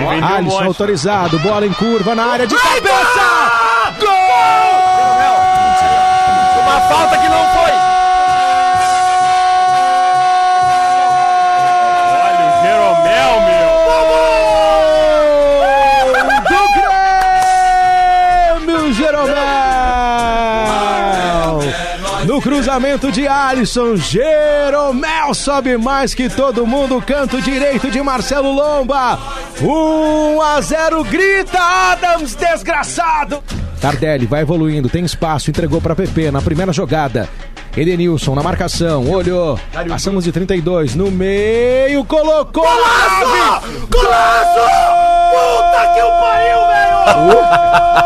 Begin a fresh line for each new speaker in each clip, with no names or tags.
vendeu
Ah,
o
Alisson
Watson.
autorizado, bola em curva na área de cabeça!
Uma falta que não foi.
Olha o Jeromel, meu.
do Grêmio, Jeromel! No cruzamento de Alisson, Jeromel sobe mais que todo mundo, canto direito de Marcelo Lomba. 1 a 0 grita Adams, desgraçado! Tardelli vai evoluindo, tem espaço, entregou para PP na primeira jogada. Edenilson na marcação, olhou. Passamos de 32, no meio, colocou! Golaço!
Puta que o pariu, velho!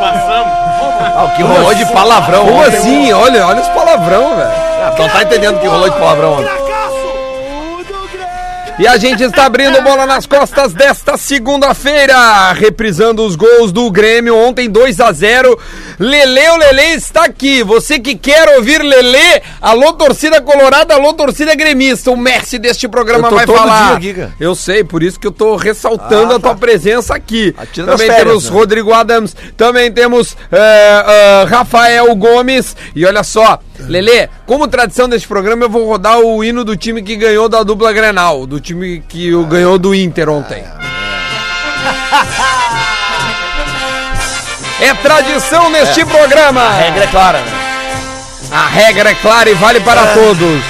Passamos.
Ah, o que rolou de palavrão Como assim? Olha, olha os palavrão, velho. Não tá entendendo o que rolou de palavrão ontem. E a gente está abrindo bola nas costas desta segunda-feira, reprisando os gols do Grêmio ontem 2 a 0. Lele, o Lele está aqui. Você que quer ouvir Lele, alô torcida colorada, alô torcida gremista. O Messi deste programa
Eu tô
vai
todo
falar.
dia aqui, cara.
Eu sei, por isso que eu tô ressaltando
Ah,
a tua
tá.
presença aqui.
Atira nas
Também
férias,
temos
né?
Rodrigo Adams, também temos é, é, Rafael Gomes. E olha só, Lele, como tradição deste programa, eu vou rodar o hino do time que ganhou da dupla Grenal, do time que o ganhou do Inter ontem. É tradição
É.
neste programa.
A regra é clara, né?
A regra é clara e vale para todos.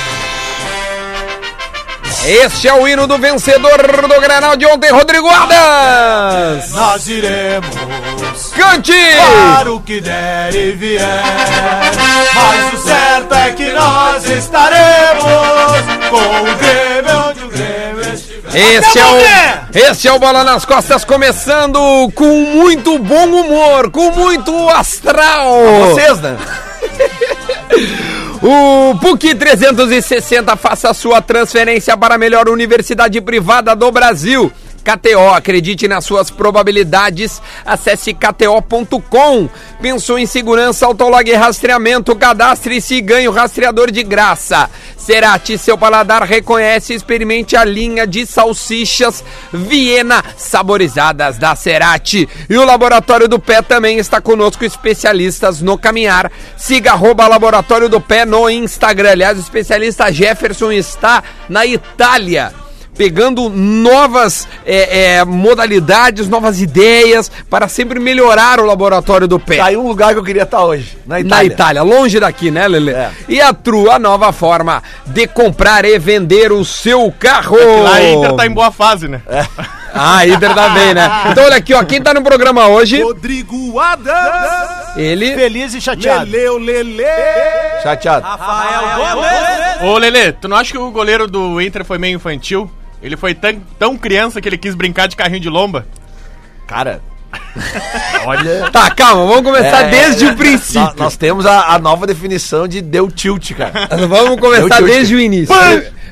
Este é o hino do vencedor do Grenal de ontem, Rodrigo Adams.
Nós iremos
Cante!
para o que der e vier. Mas o certo é que nós estaremos com o Grêmio onde o Grêmio estiver.
Este é, o, este é o Bola nas Costas, começando com muito bom humor, com muito astral.
Vocês, né?
O PUC 360 faça sua transferência para a melhor universidade privada do Brasil. KTO, acredite nas suas probabilidades. Acesse KTO.com. Pensou em segurança, autolog e rastreamento. Cadastre-se e ganhe o rastreador de graça. Cerati, seu paladar reconhece e experimente a linha de salsichas Viena saborizadas da Cerati. E o Laboratório do Pé também está conosco, especialistas no caminhar. Siga arroba Laboratório do Pé no Instagram. Aliás, o especialista Jefferson está na Itália pegando novas é, é, modalidades, novas ideias para sempre melhorar o laboratório do pé.
Tá aí um lugar que eu queria estar hoje, na Itália.
Na Itália, longe daqui, né, Lele?
É.
E a Tru, a nova forma de comprar e vender o seu carro.
É
Lá a Inter tá em boa fase, né?
Ah, a Inter tá bem, né? Então olha aqui, ó, quem tá no programa hoje,
Rodrigo Adams,
ele...
Feliz e chateado.
Leleu Lele,
Chateado.
Rafael
é.
Gomes.
Ô, Lelê, tu não acha que o goleiro do Inter foi meio infantil? Ele foi tão, tão criança que ele quis brincar de carrinho de lomba?
Cara, olha.
Tá, calma, vamos começar
É,
desde o
nó-
princípio.
nós temos a, a nova definição de deu tilt, cara.
Vamos começar
Eu te- eu te-
desde o início.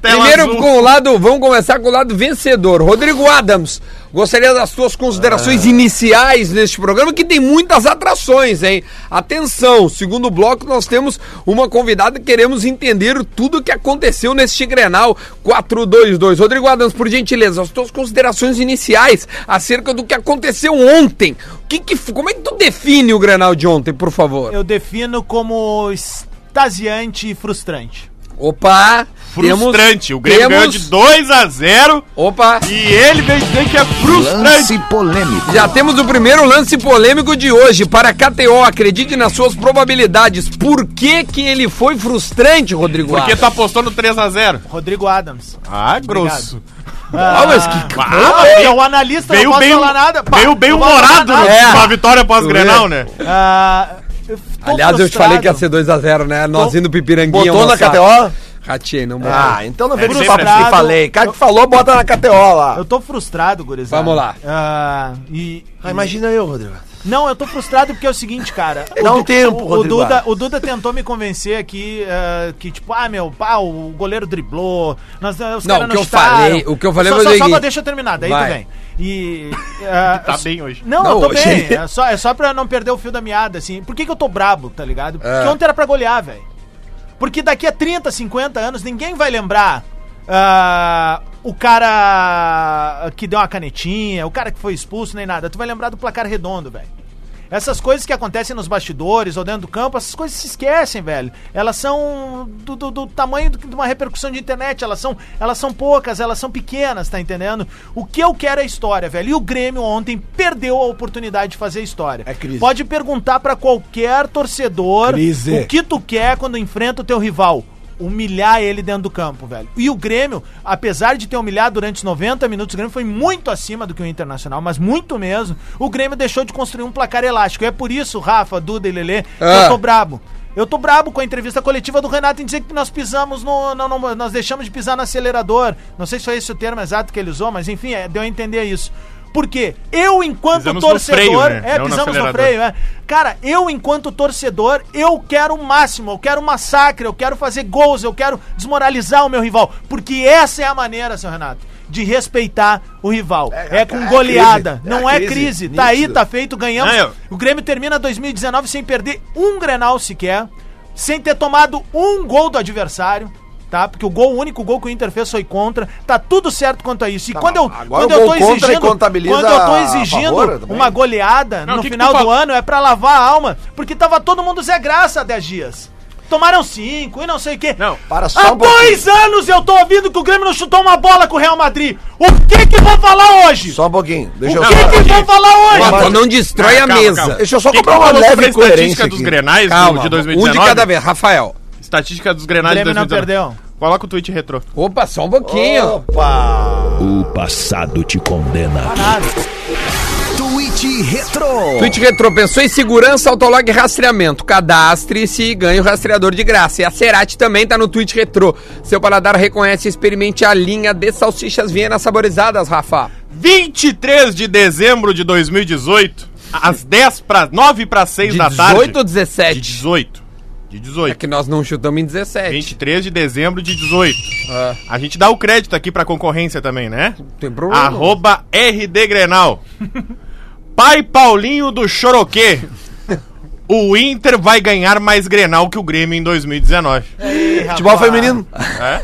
Tela
Primeiro
azul.
com o lado, vamos começar com o lado vencedor. Rodrigo Adams, gostaria das suas considerações
Ah.
iniciais neste programa, que tem muitas atrações, hein? Atenção, segundo bloco nós temos uma convidada e queremos entender tudo o que aconteceu neste Grenal 4-2-2. Rodrigo Adams, por gentileza, as suas considerações iniciais acerca do que aconteceu ontem. O que que f- como é que tu define o Grenal de ontem, por favor?
Eu defino como extasiante e frustrante.
Opa! temos-
Frustrante. o Grêmio ganhou de 2 a 0
Opa!
e ele vem dizer que é frustrante.
Lance polêmico.
Já temos o primeiro lance polêmico de hoje. Para a KTO, acredite nas suas probabilidades. Por que, que ele foi frustrante, Rodrigo?
Porque tá
Adams?
tu apostou no 3 a 0
Rodrigo Adams.
Ah, grosso.
Ah, mas que...
Ah,
Ah, é
veio-
o analista,
veio
não posso
bem,
um-
falar nada. Pá,
veio bem
não posso falar
humorado
nada.
É.
né? com a vitória pós-Grenal, né?
Ah, eu tô
Aliás, eu te falei que ia ser
frustrado.
2x0, né? Nós indo pipiranguinha.
Botou na
almoçar.
KTO?
Ratei, não botou.
Ah, então não vem
Ele
com
sempre
papo
assim.
que falei. Cara que falou, bota na KTO lá.
Eu tô frustrado, gurizada.
Vamos lá.
Ah, e,
Ah, imagina eu, Rodrigo.
Não, eu tô frustrado porque é o seguinte, cara.
Dá
o
um tempo,
o, o
Rodrigo.
Duda, o Duda tentou me convencer aqui ah, que, tipo, ah, meu, pá, o goleiro driblou. Nós, ah, os
Não,
caras
o que eu
chutaram.
falei- o que eu falei
só,
foi o
só, só
seguinte.
deixa eu terminar, daí
Vai.
tu vem. E. ah,
Tá
eu-
bem hoje.
Não,
Não,
eu tô
hoje-
bem. É só, é só pra não perder o fio da meada, assim. Por que, que eu tô brabo, tá ligado? Porque
É.
ontem era pra golear, velho. Porque daqui a 30, 50 anos ninguém vai lembrar ah, o cara que deu uma canetinha, o cara que foi expulso, nem nada. Tu vai lembrar do placar redondo, velho. Essas coisas que acontecem nos bastidores ou dentro do campo, essas coisas se esquecem, velho. Elas são do, do- do tamanho do que- de uma repercussão de internet. Elas são, elas são poucas, elas são pequenas, tá entendendo? O que eu quero é história, velho. E o Grêmio ontem perdeu a oportunidade de fazer história.
É crise.
Pode perguntar pra qualquer torcedor
Crise.
o que tu quer quando enfrenta o teu rival. Humilhar ele dentro do campo, velho. E o Grêmio, apesar de ter humilhado durante os 90 minutos, o Grêmio foi muito acima do que o Internacional, mas muito mesmo. O Grêmio deixou de construir um placar elástico. É por isso, Rafa, Duda e Lelê, que
Ah.
eu tô brabo. Eu tô brabo com a entrevista coletiva do Renato em dizer que nós pisamos no. Não, não, nós deixamos de pisar no acelerador. Não sei se foi esse o termo exato que ele usou, mas enfim, é, deu a entender isso. Por quê? Eu, enquanto
Pisamos no
torcedor.
freio, né?
É,
Não no
pisamos no
acelerador.
freio, é. Cara, eu, enquanto torcedor, eu quero o máximo, eu quero massacre, eu quero fazer gols, eu quero desmoralizar o meu rival. Porque essa é a maneira, seu Renato, de respeitar o rival. É,
É,
com
é
goleada,
crise, é
não é crise.
crise,
Tá aí,
nítido.
tá feito, ganhamos.
Não, eu-
O Grêmio termina 2019 sem perder um Grenal sequer, sem ter tomado um gol do adversário. Tá? Porque o gol, o único gol que o Inter fez foi contra. Tá tudo certo quanto a isso. E quando eu,
Tá agora
quando
o
eu
gol
tô
contra e
exigindo,
contabiliza
quando eu tô
a
exigindo
favor também.
uma goleada
Não,
no
o que que
final
tu
do
fala?
ano é pra lavar a alma, porque tava todo mundo Zé Graça há 10 dias. Tomaram cinco e não sei o quê.
Não,
para só
Há
um pouquinho.
dois anos eu tô ouvindo que o Grêmio não chutou uma bola com o Real Madrid. O que que vão falar hoje?
Só um pouquinho. Deixa
o
eu
que
só.
que vão falar hoje?
Não, não destrói a
Calma,
mesa.
calma.
Deixa eu só
Quem
comprar uma
falou sobre
leve
a estatística
coerência
dos
aqui.
Grenais
Calma,
do- de
um
2019.
de cada vez. Rafael.
Estatística dos Grenais de
Grêmio não
2019. Coloca o tweet retrô.
Opa, só um pouquinho.
O passado te condena.
Tá
Tweet Retro.
Tweet Retro pensou em segurança, autolog e rastreamento. Cadastre-se e ganhe o rastreador de graça. E a Cerati também tá no Tweet Retro. Seu paladar reconhece e experimente a linha de salsichas vienas saborizadas, Rafa.
23 de dezembro de 2018, às 10 para 9 para 6
De
da tarde.
18 ou
De
17?
18. De
É
18.
que nós não chutamos em 17.
23 de dezembro de 18.
Ah,
A gente dá o crédito aqui pra concorrência também, né?
não tem problema.
Arroba RD Grenal. Pai Paulinho do Choroquê. O Inter vai ganhar mais Grenal que o Grêmio em 2019.
Futebol feminino.
É?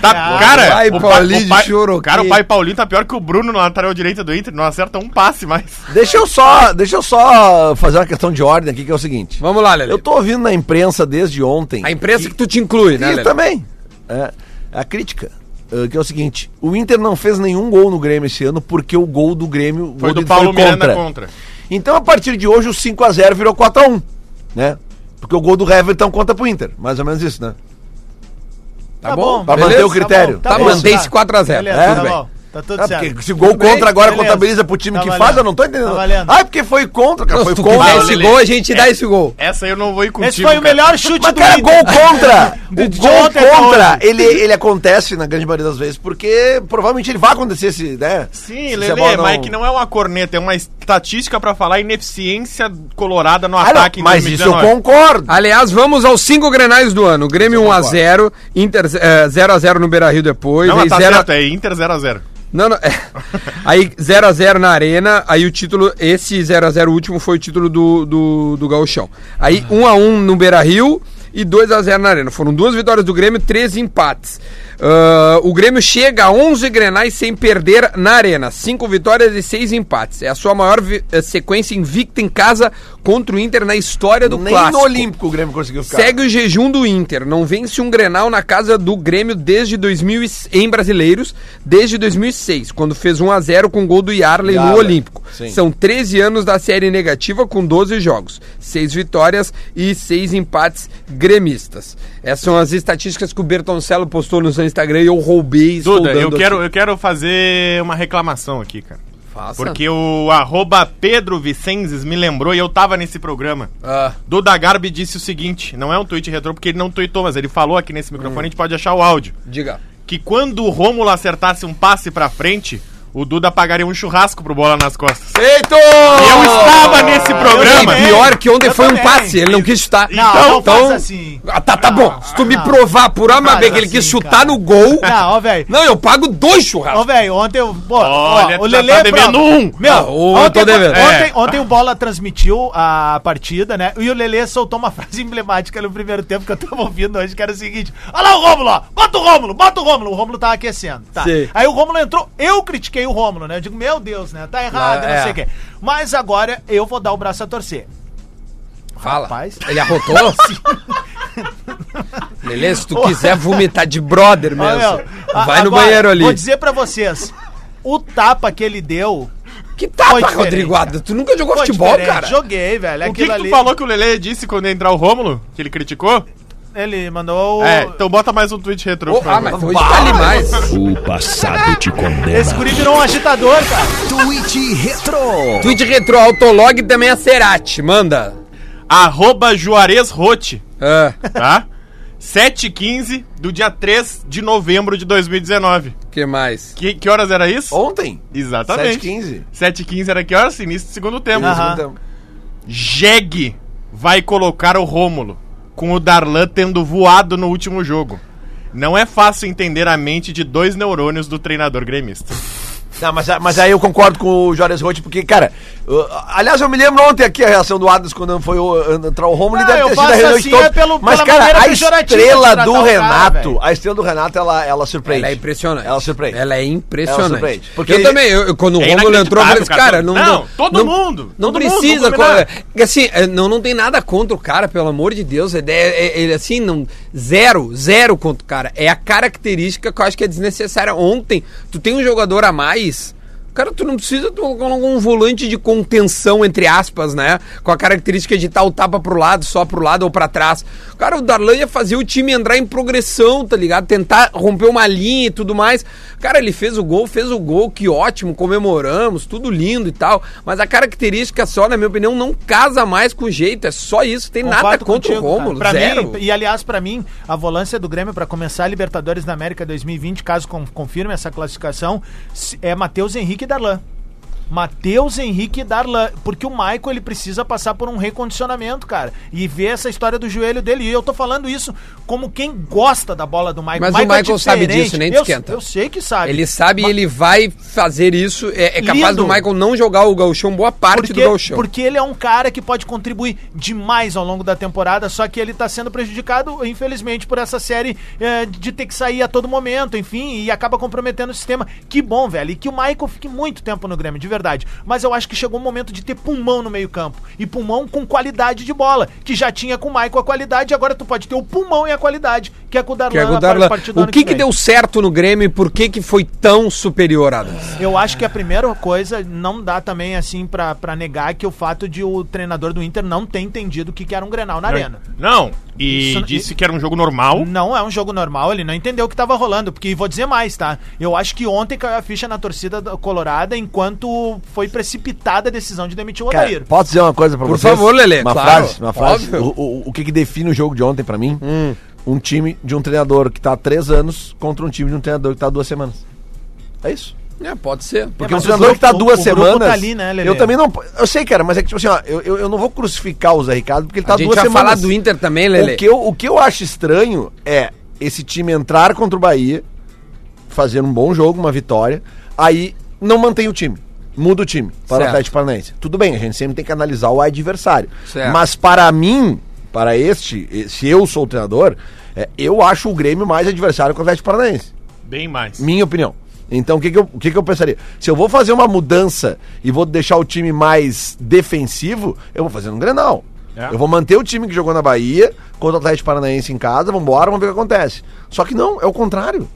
Tá,
Ah,
cara,
pai
o
Paulinho
o
de
pai-
Choroquê.
Cara, o pai Paulinho tá pior que o Bruno na lateral direita do Inter. Não acerta um passe mais.
Deixa eu só, deixa eu só fazer uma questão de ordem aqui que é o seguinte.
Vamos lá, Lele.
Eu tô ouvindo na imprensa desde ontem.
A imprensa que tu te inclui, né,
E
Lelê?
também. é, a crítica. é, que é o seguinte, o Inter não fez nenhum gol no Grêmio esse ano porque o gol do Grêmio o
Foi
gol
do
Inter
Paulo Miranda contra.
Então a partir de hoje o 5x0 virou 4x1, né? Porque o gol do Everton conta pro Inter, mais ou menos isso, né?
Tá bom?
Pra manter
Beleza?
o critério.
Tá,
bom.
mantém esse 4 a 0.
Beleza,
É?
tá
Tudo
bom. Tá tudo
Ah,
certo.
porque se gol
bem,
contra agora
beleza.
contabiliza pro time
Tá
que
valendo.
faz, eu não tô entendendo.
Tá valendo.
ah, é porque foi contra, cara.
Não,
foi
se tu
contra.
quiser
Ah,
esse
Lelê.
gol, a gente dá esse gol.
Essa eu não vou ir contigo.
Esse foi o
cara.
melhor chute
Mas,
do
cara, é
Inter.
gol contra!
De-
o
de
gol
ontem até
contra,
hoje.
ele, ele acontece na grande maioria das vezes, porque provavelmente ele vai acontecer se, né?
Sim,
se
Lele, mas é que não é uma corneta, é uma estatística pra falar ineficiência colorada no
Ah, não,
ataque
mas isso eu concordo.
Ah,
Aliás, vamos aos cinco grenais do ano. Grêmio 1x0, Inter eh, 0x0 no Beira Rio depois.
Não, mas
aí
tá
zero a-
certo, é Inter 0x0.
Não, não, é. Aí 0x0 na arena, aí o título, esse 0x0 último foi o título do, do, do Gauchão. Aí 1x1 no Beira Rio e 2x0 na arena. Foram duas vitórias do Grêmio, três empates. Ah, o Grêmio chega a 11 grenais sem perder na arena. Cinco vitórias e seis empates. É a sua maior vi- eh, sequência invicta em casa contra o Inter na história do
Nem
clássico.
no Olímpico o Grêmio conseguiu ficar.
Segue o jejum do Inter. Não vence um Grenal na casa do Grêmio desde 2000 e- em brasileiros, desde 2006, quando fez 1 a 0 com gol do Yarley no
Yarley,
Olímpico.
sim.
São 13 anos da série negativa com 12 jogos, 6 vitórias e 6 empates gremistas. Essas são as estatísticas que o Bertoncello postou no seu Instagram e eu roubei e estou
Duda, eu
dando
quero,
aqui.
eu quero fazer uma reclamação aqui, cara.
Faça.
Porque o arroba Pedro Vicenzes me lembrou e eu tava nesse programa.
Ah,
Duda Garbi disse o seguinte: não é um tweet retrô, porque ele não tweetou, mas ele falou aqui nesse microfone, a gente pode achar o áudio.
diga.
Que quando o Rômulo acertasse um passe pra frente, o Duda pagaria um churrasco pro Bola nas Costas.
Feito! Oh!
Eu estava nesse programa.
também.
Pior que ontem
É. Eu
foi um
também.
passe, ele não quis chutar.
Não, não faz assim.
Ah, tá, tá bom. Se tu me
não.
provar por A mais B
faz
que ele quis
assim,
chutar
cara.
no gol.
Não, ó, velho.
Não, eu pago dois
Ô,
churrascos.
velho, ontem eu. Pô,
Ah. Olha,
ó, o
tá-
Lelê
tá
é
devendo
brabo.
um.
Meu,
Ah, o- eu tô
ontem,
devendo.
ontem,
É.
ontem o Bola transmitiu a partida, né? E o Lelê soltou uma frase emblemática no primeiro tempo que eu tava ouvindo hoje, que era o seguinte: Olha lá o Rômulo, ó! Bota o Rômulo, bota o Rômulo! O Rômulo tava aquecendo. Tá.
Sim.
Aí o Rômulo entrou, eu critiquei o Rômulo, né? Eu digo, meu Deus, né? Tá errado,
Ah,
não
é.
sei o quê. Mas agora eu vou dar o braço a torcer.
Fala.
Rapaz.
Ele arrotou? Beleza, se tu quiser vomitar de brother
Ó,
mesmo.
meu, a-
vai no
agora,
banheiro ali.
Vou dizer pra vocês: o tapa que ele deu.
Que
Foi
tapa,
diferente,
Rodrigo
cara.
Adams? Tu nunca jogou
foi
futebol,
diferente.
cara?
Joguei, velho.
O que,
Aquilo
que tu falou que o Lele disse quando entrar o Rômulo? Que ele criticou?
Ele mandou.
É, então bota mais um tweet retrô.
Oh,
por
ah,
favor.
mas hoje vale mais.
O passado te condena.
Esse guri virou um agitador, cara.
Tweet Retro.
Tweet retrô, autolog e também a Cerati. Manda.
Arroba Juarez Rote,
Ah,
tá? 7h15 do dia 3 de novembro de 2019.
que mais?
Que, que horas era isso?
Ontem?
Exatamente.
7h15.
7h15 era que horas? Início do segundo tempo.
Aham.
Jeg vai colocar o Rômulo, com o Darlan tendo voado no último jogo. Não é fácil entender a mente de dois neurônios do treinador gremista.
Não, mas, mas aí eu concordo com o Juarez Rotti, porque, cara, eu- aliás, eu me lembro ontem aqui a reação do Adams quando foi o- eh, entrar o Romulo
Não,
ele deve
eu
ter sido
faço
a reunião
assim,
de todos.
é pelo-
mas,
pela
cara,
maneira
a
pejorativa de
estrela
tratar
do
o cara,
Renato,
velho.
a estrela do Renato, ela, ela surpreende.
Ela é impressionante.
Ela surpreende.
Ela é
Ela
impressionante.
surpreende.
Porque
Porque
eu
ele-
também, eu, eu- quando o
É
Romulo entrou, eu falei assim,
inacreditável,
cara,
cara.
não.
Não, todo mundo,
Não
todo
precisa.
mundo, vamos
cara.
combinar.
Que assim, é, não, não tem nada contra o cara, pelo amor de Deus. Ele, é- é- ele, assim, não. Zero, zero contra o cara. É a característica que eu acho que é desnecessária. Ontem, tu tem um jogador a mais. Cara, tu não precisa tu colocar um volante de contenção, entre aspas, né? Com a característica de estar tá o tapa pro lado, só pro lado ou pra trás. Cara, o Darlan ia fazer o time entrar em progressão, tá ligado? Tentar romper uma linha e tudo mais. Cara, ele fez o gol, fez o gol, que ótimo, comemoramos, tudo lindo e tal. Mas a característica só, na minha opinião, não casa mais com o jeito. É só isso, tem nada
Concordo
contra o
contigo,
Rômulo,
cara. Pra
zero.
Mim, e aliás, pra mim, a volância do Grêmio pra começar a Libertadores da América 2020, caso con- confirme essa classificação, se- é Matheus Henrique e Darlan. Matheus Henrique e Darlan, porque o Maicon ele precisa passar por um recondicionamento, cara, e ver essa história do joelho dele. E eu tô falando isso como quem gosta da bola do Maicon. é
Mas o Maicon sabe disso, nem
eu,
esquenta.
Eu sei que sabe.
Ele sabe e ele vai fazer isso. É, é capaz
Lindo.
do Michael não jogar o Gauchão, boa parte
porque,
do Gauchão.
porque ele é um cara que pode contribuir demais ao longo da temporada, só que ele tá sendo prejudicado, infelizmente, por essa série eh, de ter que sair a todo momento, enfim, e acaba comprometendo o sistema. Que bom, velho, e que o Michael fique muito tempo no Grêmio, de verdade. Mas eu acho que chegou o momento de ter pulmão no meio-campo, e pulmão com qualidade de bola, que já tinha com o Michael a qualidade, agora tu pode ter o pulmão e a qualidade, que é com o Darlan,
Que é o
na
Darlan.
partida do
O
ano
que que
vem.
deu certo no Grêmio e por que que foi tão superior a nós?
Eu acho que a primeira coisa não dá também assim pra, pra negar que o fato de o treinador do Inter não ter entendido o que, que era um Grenal
É.
na arena.
Não, e
Isso-
disse que era um jogo normal.
Não é um jogo normal, ele não entendeu o que tava rolando, porque e vou dizer mais, tá? Eu acho que ontem caiu a ficha na torcida da- colorada enquanto foi precipitada a decisão de demitir o
Cara,
Odair.
posso dizer uma coisa pra
Por
vocês?
favor, Lelê,
Uma
claro,
frase, uma frase.
óbvio.
O, o- o que, que define o jogo de ontem pra mim?
Hum.
Um time de um treinador que tá há três anos contra um time de um treinador que tá há duas semanas. É isso.
É, pode ser.
Porque
É,
um
mas o
treinador que tá há
grupo-
duas
o grupo
semanas.
tá ali, né, Lelê?
eu também não. Eu sei, cara, mas é que, tipo assim, ó, eu, eu, eu não vou crucificar o Zé Ricardo porque ele tá
a
há
gente
duas
vai
semanas.
falar do Inter também, Lele.
O que, eu, o que eu acho estranho é esse time entrar contra o Bahia, fazer um bom jogo, uma vitória, aí não mantém o time. Muda o time para
Certo.
o Atlético Paranaense. Tudo bem, a gente sempre tem que analisar o adversário.
Certo.
Mas para mim, para este, se eu sou o treinador, é, eu acho o Grêmio mais adversário que o Atlético Paranaense.
Bem mais.
Minha opinião. Então, o que, que, eu, o que, que eu pensaria? Se eu vou fazer uma mudança e vou deixar o time mais defensivo, eu vou fazer um grenal.
É.
Eu vou manter o time que jogou na Bahia contra o Atlético Paranaense em casa, vambora, vamos ver o que acontece. Só que não, é o contrário.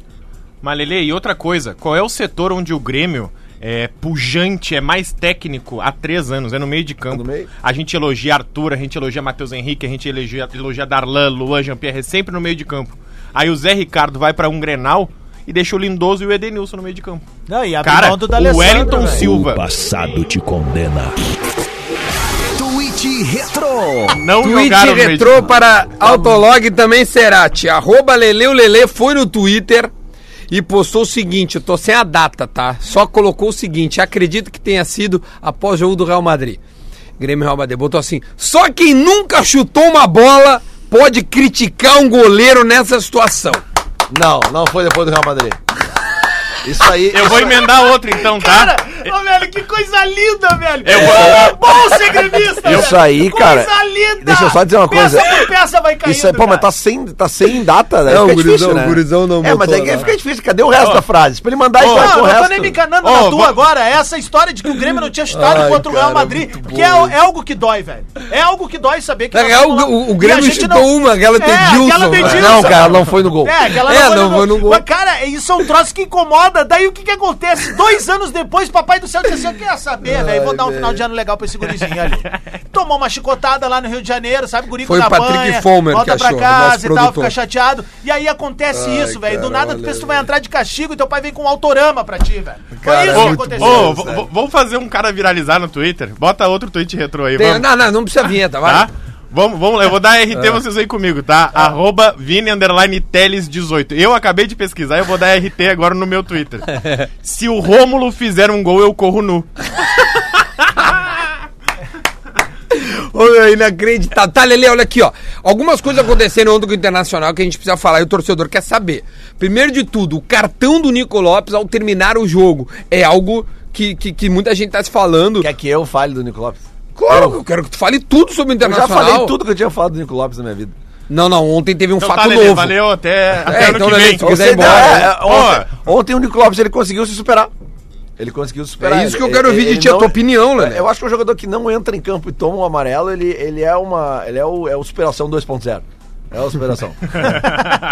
Mas Lele, e outra coisa, qual é o setor onde o Grêmio é pujante, é mais técnico há três anos, é no meio de campo.
É no meio.
A gente elogia Arthur, a gente elogia Matheus Henrique, a gente elogia, elogia Darlan, Luan, Jean-Pierre, é sempre no meio de campo. Aí o Zé Ricardo vai pra um Grenal e deixa o Lindoso e o Edenilson no meio de campo.
Não, e abriu
Cara,
mão do
o
D'Alessandro,
Wellington
velho.
O
Silva
passado te condena. Tweet Retro.
não
Tweet
jogaram no meio de
Tá
retrô para Autolog e também Serati. Arroba Leleu Lele foi no Twitter e postou o seguinte, eu tô sem a data, tá? Só colocou o seguinte, acredito que tenha sido após o jogo do Real Madrid. Grêmio e Real Madrid botou assim, só quem nunca chutou uma bola pode criticar um goleiro nessa situação.
Não, não foi depois do Real Madrid. Isso aí.
Eu vou emendar outra então, tá?
Ô, velho, que coisa linda, velho!
Eu vou-
É bom ser gremista,
Isso
velho.
aí, cara.
Coisa linda!
Deixa eu só dizer uma coisa.
Peça por peça vai caindo,
Isso aí, pô, mas tá sem, tá sem data, né?
Não,
Fica
o gurizão- o gurizão não
É, mas
botou
aí que
lá.
fica difícil. Cadê o resto da frase? Pra ele mandar
Não,
e falar
não,
com o
eu tô
resto.
nem me encanando
Ô,
na tua
vou-
agora. Essa história de que o Grêmio não tinha chutado
Ai,
contra o Real
cara,
Madrid,
muito
porque é,
bom.
é algo que dói, velho. É algo que dói saber que.
Na
nós
real,
vamos lá-
é o- o
e a
Grêmio
gente
chutou uma, aquela né? tem
É, aquela
Gilson,
tem
velho.
Gilson.
Não, cara, não foi no gol.
É, aquela
É,
foi
não
no
foi no gol.
Mas, cara, isso é um troço que incomoda. Daí o que que acontece? Dois anos depois, papai do céu disse assim, eu quero saber, velho, vou dar um final de ano legal pra esse gurizinho ali. Tomou uma chicotada lá no Rio de Janeiro, sabe, guri
Foi o Patrick Fomer
volta
que
pra
achou, nosso
casa e tal,
produtor.
fica chateado. E aí acontece isso, velho. Do
cara,
nada, tu
olha,
pensa que tu vai entrar de castigo e teu pai vem com um autorama pra ti, velho. Foi
Cara, é
isso
Ô,
que
muito
aconteceu.
ô, v- v- vamos fazer um cara viralizar no Twitter? Bota outro tweet retrô aí,
Tem-
vamos.
não, não, não precisa vinheta, vai.
Tá? Vamos, vamos, eu vou dar RT vocês aí comigo, tá? Arroba Vini underline Teles 18. Eu acabei de pesquisar, eu vou dar RT agora no meu Twitter. Se o Rômulo fizer um gol, eu corro nu.
Ô, meu, inacreditável. Tá, Lele, olha aqui, ó. Algumas coisas aconteceram ontem com o Internacional que a gente precisa falar e o torcedor quer saber. Primeiro de tudo, o cartão do Nico Lopes ao terminar o jogo é algo que, que, que muita gente tá se falando.
Quer que é eu fale do Nico Lopes?
Claro, eu quero que tu fale tudo sobre o
Eu já
Internacional.
falei tudo que eu tinha falado do Nico Lopes na minha vida.
Não, não, ontem teve um
Então
fato
tá, Lelê,
novo.
valeu, até, até ano
então,
que
Lelê,
vem.
se quiser ir
Ontem-
embora,
é,
né?
é, ontem, ontem o Nico Lopes ele conseguiu se superar. Ele conseguiu se superar.
É isso que eu
Ele-
quero
ele-
ouvir de
ele
ti, a
não-
tua opinião,
É,
Lelê.
Eu acho que o jogador que não entra em campo e toma um amarelo, ele, ele é uma. Ele é o, é o superação 2.0. É a superação.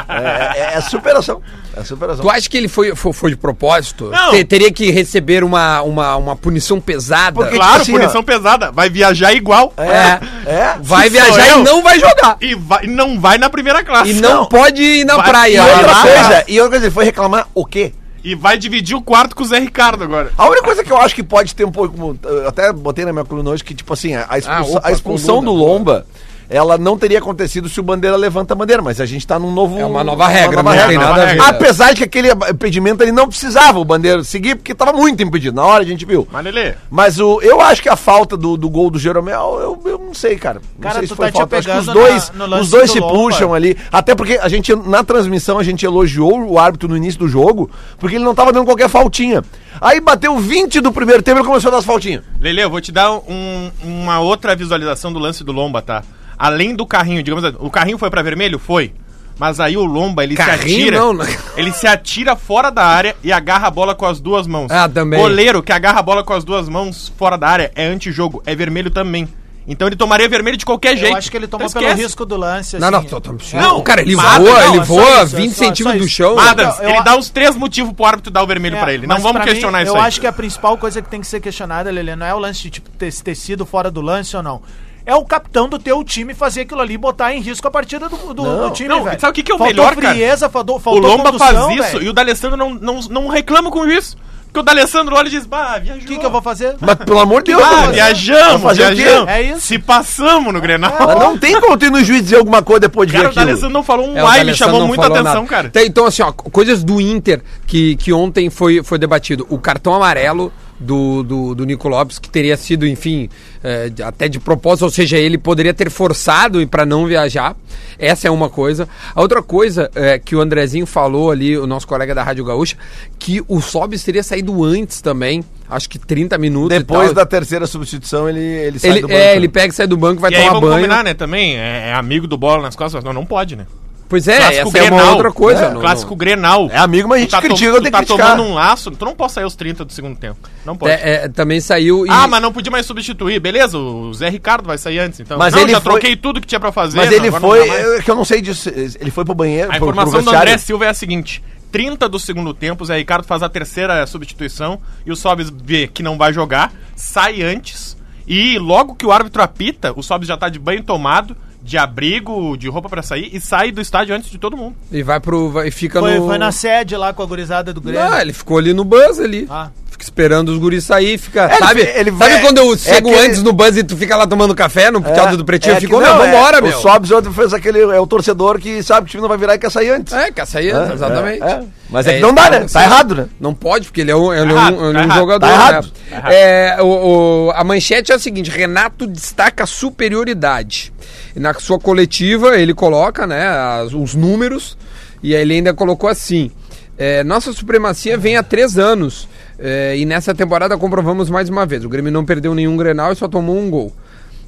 é, é- é superação. É superação.
Tu acha que ele foi, foi, foi de propósito?
Não.
Te- teria que receber uma, uma, uma punição pesada?
Porque-
Claro,
assim,
punição
ó.
pesada. Vai viajar igual.
É. é.
Vai
Se
viajar
sou eu-
e não vai jogar.
E vai- e não vai na primeira classe.
E não, pode ir na
Vai-
praia.
E outra
lá.
coisa, e outra coisa, ele foi reclamar o quê?
E vai dividir o quarto com o Zé Ricardo agora.
A única coisa que eu acho que pode ter um pouco. como- Eu até botei na minha coluna hoje que, tipo assim, a, a expulsão,
Ah, opa,
a expulsão
coluna.
do Lomba. Ela não teria acontecido se o Bandeira levanta a bandeira, mas a gente tá num novo.
É uma nova regra,
nova
não
regra.
tem nada a ver. Ah,
Apesar de que aquele impedimento ele não precisava o Bandeira seguir, porque tava muito impedido. Na hora a gente viu.
Mas, Lelê,
Mas o, eu acho que a falta do, do gol do Jeromel, eu, eu não sei, cara. Não
Cara,
sei
tu tá te
Eu acho que os
apegando
dois,
na- no lance
os dois
do
se
Lomba.
puxam ali. Até porque a gente, na transmissão, a gente elogiou o árbitro no início do jogo, porque ele não tava dando qualquer faltinha. Aí bateu 20 do primeiro tempo e começou a dar as faltinhas.
Lele, eu vou te dar um- uma outra visualização do lance do Lomba, tá? Além do carrinho, digamos assim, o carrinho foi pra vermelho? Foi. Mas aí o Lomba, ele se
Carrinho
atira.
não, né?
Ele se atira fora da área e agarra a bola com as duas mãos.
Ah, também.
Goleiro que agarra a bola com as duas mãos fora da área é antijogo, é vermelho também. Então ele tomaria vermelho de qualquer
Eu
jeito.
acho que ele tomou
Então
pelo
esquece.
risco do lance.
Não, não,
assim.
tô, tô,
Não,
não, cara, ele
mas-
voa,
não,
ele
é só
voa
isso, é
20
só-
centímetros
só
do
isso.
chão.
Mas-
Adams,
Eu-
ele dá os três motivos pro árbitro dar o vermelho
É,
pra ele. Não
mas
vamos
pra mim,
questionar isso
Eu
aí.
acho que é a principal coisa que tem que ser questionada, Lelê, não é o lance de tipo, ter, ter sido fora do lance ou não. É o capitão do teu time fazer aquilo ali e botar em risco a partida do, do, do time,
Não,
velho.
sabe o que que é o
faltou
melhor, cara?
frieza, faltou,
O
faltou
Lomba
condução,
faz isso
velho.
e o D'Alessandro não, não, não reclama com isso. Porque o D'Alessandro olha e diz, bah, viajou.
O que, que eu vou fazer?
Mas pelo amor de Deus,
Ah,
né? Vamos
viajamos,
fazer o quê?
viajamos.
É isso.
Se passamos no Grenal.
Mas não tem como ter no juiz dizer alguma coisa depois de
Cara, o
ver
D'Alessandro
aquilo.
não falou um
É, o
ai, me
D'Alessandro
chamou
não
muita
falou
atenção,
nada.
cara.
Tem- Então, assim, ó, co- coisas do Inter que, que ontem foi, foi debatido. O cartão amarelo do, do, do Nico Lopes, que teria sido, enfim, eh, de- até de propósito, ou seja, ele poderia ter forçado e para não viajar. Essa é uma coisa. A outra coisa eh, que o Andrezinho falou ali, o nosso colega da Rádio Gaúcha, que o Sobis teria saído antes também, acho que 30 minutos. e
Depois
tal.
da terceira substituição, ele, ele sai
Ele,
do banco. né?
é, ele pega, sai do banco, vai
E aí
tomar
vamos
banho.
combinar, né, também? É, é amigo do bola nas costas, mas não, não pode, né?
Pois é, essa é uma outra coisa.
é,
não- não-
clássico Grenal.
É amigo, mas a gente
Tu tá to-
critica, eu
tu
tenho
tá
que criticar.
tomando um laço, tu não pode sair os 30 do segundo tempo. Não pode.
É, é, também saiu e-
Ah, mas não podia mais substituir, beleza? O Zé Ricardo vai sair antes, então.
Mas
não,
ele
já
foi-
troquei tudo que tinha pra fazer.
Mas
não,
ele
agora não dá
foi,
mais.
é que eu não sei disso, ele foi pro banheiro,
A
pro- pro
informação do
vestiário.
André Silva é a seguinte: 30 do segundo tempo, o Zé Ricardo faz a terceira substituição e o Sobis vê que não vai jogar, sai antes e logo que o árbitro apita, o Sobis já tá de banho tomado, de abrigo, de roupa pra sair e sai do estádio antes de todo mundo.
E vai pro. vai- E fica
Foi,
no. Ah,
foi na sede lá com a gurizada do Grêmio.
Não, ele ficou ali no bus ali.
Ah.
Fica esperando os guris sair, fica.
É, ele-
sabe sabe
ele vai-
quando eu chego
é que ele-
antes no bus e tu fica lá tomando café no teatro do Pretinho? eu
que-
fico, meu,
não, é,
vambora, meu.
O Sobs ontem fez aquele. É o torcedor que sabe que o time não vai virar e quer sair antes.
É, quer sair,
É,
exatamente.
é, é. Mas é que não dá, né?
não-
Tá errado, né?
Não pode, porque ele é um, ele é um-
errado,
ele é
tá
um
errado,
jogador.
tá errado.
né? É, o- o- a manchete é a seguinte: Renato destaca a superioridade. E Na sua coletiva, ele coloca né, as- os números e aí ele ainda colocou assim: é, Nossa supremacia vem há três anos. é, e nessa temporada comprovamos mais uma vez: o Grêmio não perdeu nenhum grenal e só tomou um gol.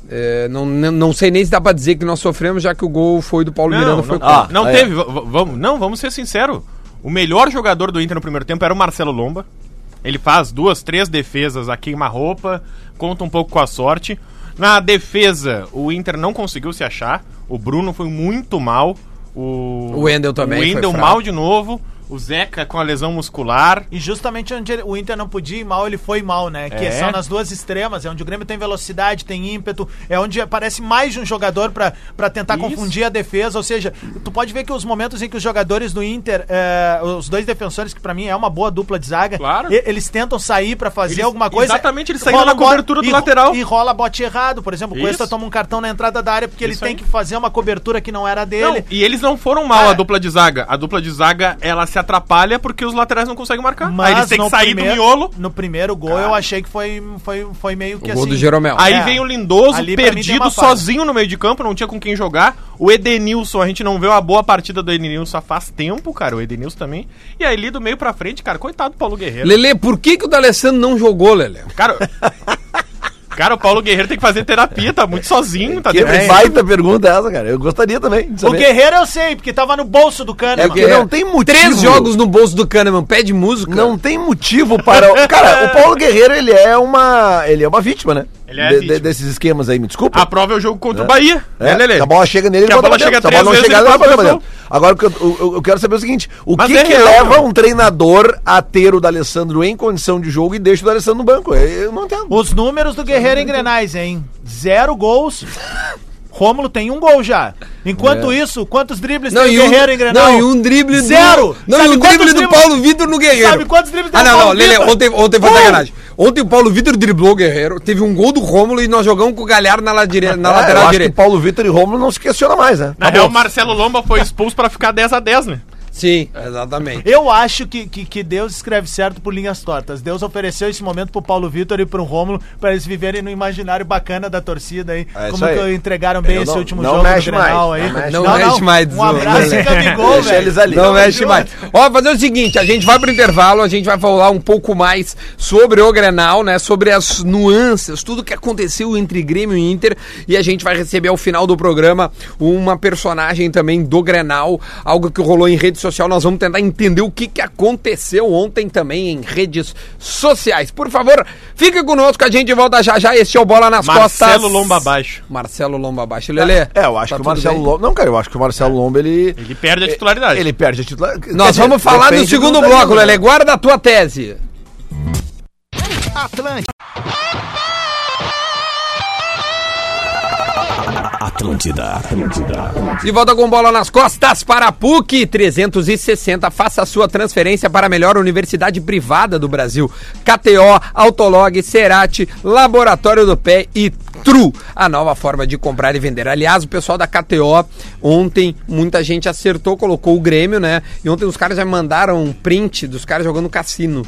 É, não, não, não sei nem se dá pra dizer que nós sofremos, já que o gol foi do Paulo Miranda.
Não,
Foi
não,
contra.
Ah,
não
é.
teve. v- v- Vamos, não, vamos ser sinceros. O melhor jogador do Inter no primeiro tempo era o Marcelo Lomba. Ele faz duas, três defesas a queima-roupa, conta um pouco com a sorte. Na defesa, o Inter não conseguiu se achar. O Bruno foi muito mal. O,
O Wendel também
O
foi
Wendel
fraco.
mal de novo. O Zeca com a lesão muscular.
E justamente onde ele- o Inter não podia ir mal, ele foi mal, né? Que
É.
são nas duas extremas, é onde o Grêmio tem velocidade, tem ímpeto, é onde aparece mais de um jogador pra pra tentar
Isso.
confundir a defesa. Ou seja, tu pode ver que os momentos em que os jogadores do Inter, eh, os dois defensores, que pra mim é uma boa dupla de zaga,
Claro.
e- eles tentam sair pra fazer
Eles-
alguma coisa.
exatamente, eles saíram
rola
na
a bola-
cobertura do
e-
lateral.
E rola bote errado, por exemplo, o Cuesta
Isso.
toma um cartão na entrada da área porque ele
Isso
tem
aí.
que fazer uma cobertura que não era
Não,
dele.
e eles não foram mal
É.
a dupla de zaga. A dupla de zaga ela se atrapalha porque os laterais não conseguem marcar. Aí eles têm que
no
sair
primeiro-
do miolo.
No primeiro gol eu achei que foi, foi, foi meio que
o
assim.
gol do Jeromel.
Aí
É.
vem o Lindoso,
Ali pra mim tem
perdido,
uma falha.
sozinho no meio de campo, não tinha com quem jogar. O Edenilson, a gente não vê uma boa partida do Edenilson há faz tempo, cara, o Edenilson também. E aí, ali do meio pra frente, cara, coitado do Paulo
É.
Guerreiro.
Lele, por que, que o D'Alessandro não jogou, Lele?
Cara, cara, o Paulo Guerreiro tem que fazer terapia, tá muito sozinho, tá
Que
deprimido.
baita pergunta é essa, cara. Eu gostaria também de
O
saber.
Guerreiro eu sei, porque tava no bolso do Kahneman.
É porque não tem motivo.
Três jogos no bolso do Kahneman, pede música.
Não tem motivo para. o- Cara, o Paulo Guerreiro, ele é uma. Ele é uma vítima, né?
Ele é
De- de-
vítima.
desses esquemas aí, me desculpa.
A prova é o jogo contra o Bahia,
É,
né, Lelê?
se a bola chega nele,
Que a
bota
bola
pra dentro.
chega
Se a
três
bola não
vezes,
chegar,
ele
ele
bota
bota pra
pra
dentro. Agora, o que eu, eu- eu quero saber o seguinte: o
Mas
que,
é
que
real,
leva
meu.
um treinador a ter o D'Alessandro em condição de jogo e deixa o D'Alessandro no banco? Eu, eu não entendo.
Os números do Guerreiro em Grenais, hein? Zero gols. Rômulo tem um gol já. Enquanto isso, quantos dribles
É. Não,
tem
e
o
um,
Guerreiro em Grenal?
não, e um drible do-
Zero!
Não,
Sabe
e um
quantos
drible do
dribles-
Paulo Vitor no Guerreiro.
Sabe quantos dribles
Ah,
deu
não,
o
não,
Paulo
Lele,
Vitor?
ontem, ontem foi
Um!
sacanagem. Ontem o Paulo Vitor driblou o Guerreiro, teve um gol do Rômulo e nós jogamos com o Galhardo na, la dire... na
É, eu
lateral
acho que
direita.
Paulo Vitor e Romulo não se questiona mais, né?
Na real, o Marcelo Lomba foi expulso pra ficar 10 a 10 né?
Sim, exatamente.
Eu acho que, que, que Deus escreve certo por linhas tortas. Deus ofereceu esse momento pro Paulo Vitor e pro Rômulo pra eles viverem no imaginário bacana da torcida aí.
É
como
isso aí.
que entregaram bem
Eu
esse
não-
último
não
jogo do
mexe mais,
Grenal
não
aí.
mexe
mais. Não mexe mais,
Um abraço
Zulu.
e Gabigol,
Deixa
velho.
eles ali.
Não mexe mais. Ó, fazer o seguinte, a gente vai pro intervalo, a gente vai falar um pouco mais sobre o Grenal, né? Sobre as nuances, tudo que aconteceu entre Grêmio e Inter. E a gente vai receber ao final do programa uma personagem também do Grenal, algo que rolou em rede social. Nós vamos tentar entender o que, que aconteceu ontem também em redes sociais. Por favor, fica conosco, a gente volta já já. Este é o Bola nas Costas.
Marcelo Lomba abaixo.
Marcelo Lomba Abaixo. Lelê.
É, eu acho
tá
que o
tudo
Marcelo
bem?
Lomba. Não, cara, eu acho que o Marcelo Lomba ele.
Ele perde a titularidade.
Ele perde a titularidade.
Nós vamos falar no segundo bloco, Lelê. Guarda a tua tese.
Atlântida, Atlântida, Atlântida.
De volta com bola nas costas para a PUC 360. Faça a sua transferência para a melhor universidade privada do Brasil. KTO, Autolog, Cerati, Laboratório do Pé e Tru, a nova forma de comprar e vender. Aliás, o pessoal da KTO ontem muita gente acertou, colocou o Grêmio, né? E ontem os caras já mandaram um print dos caras jogando cassino.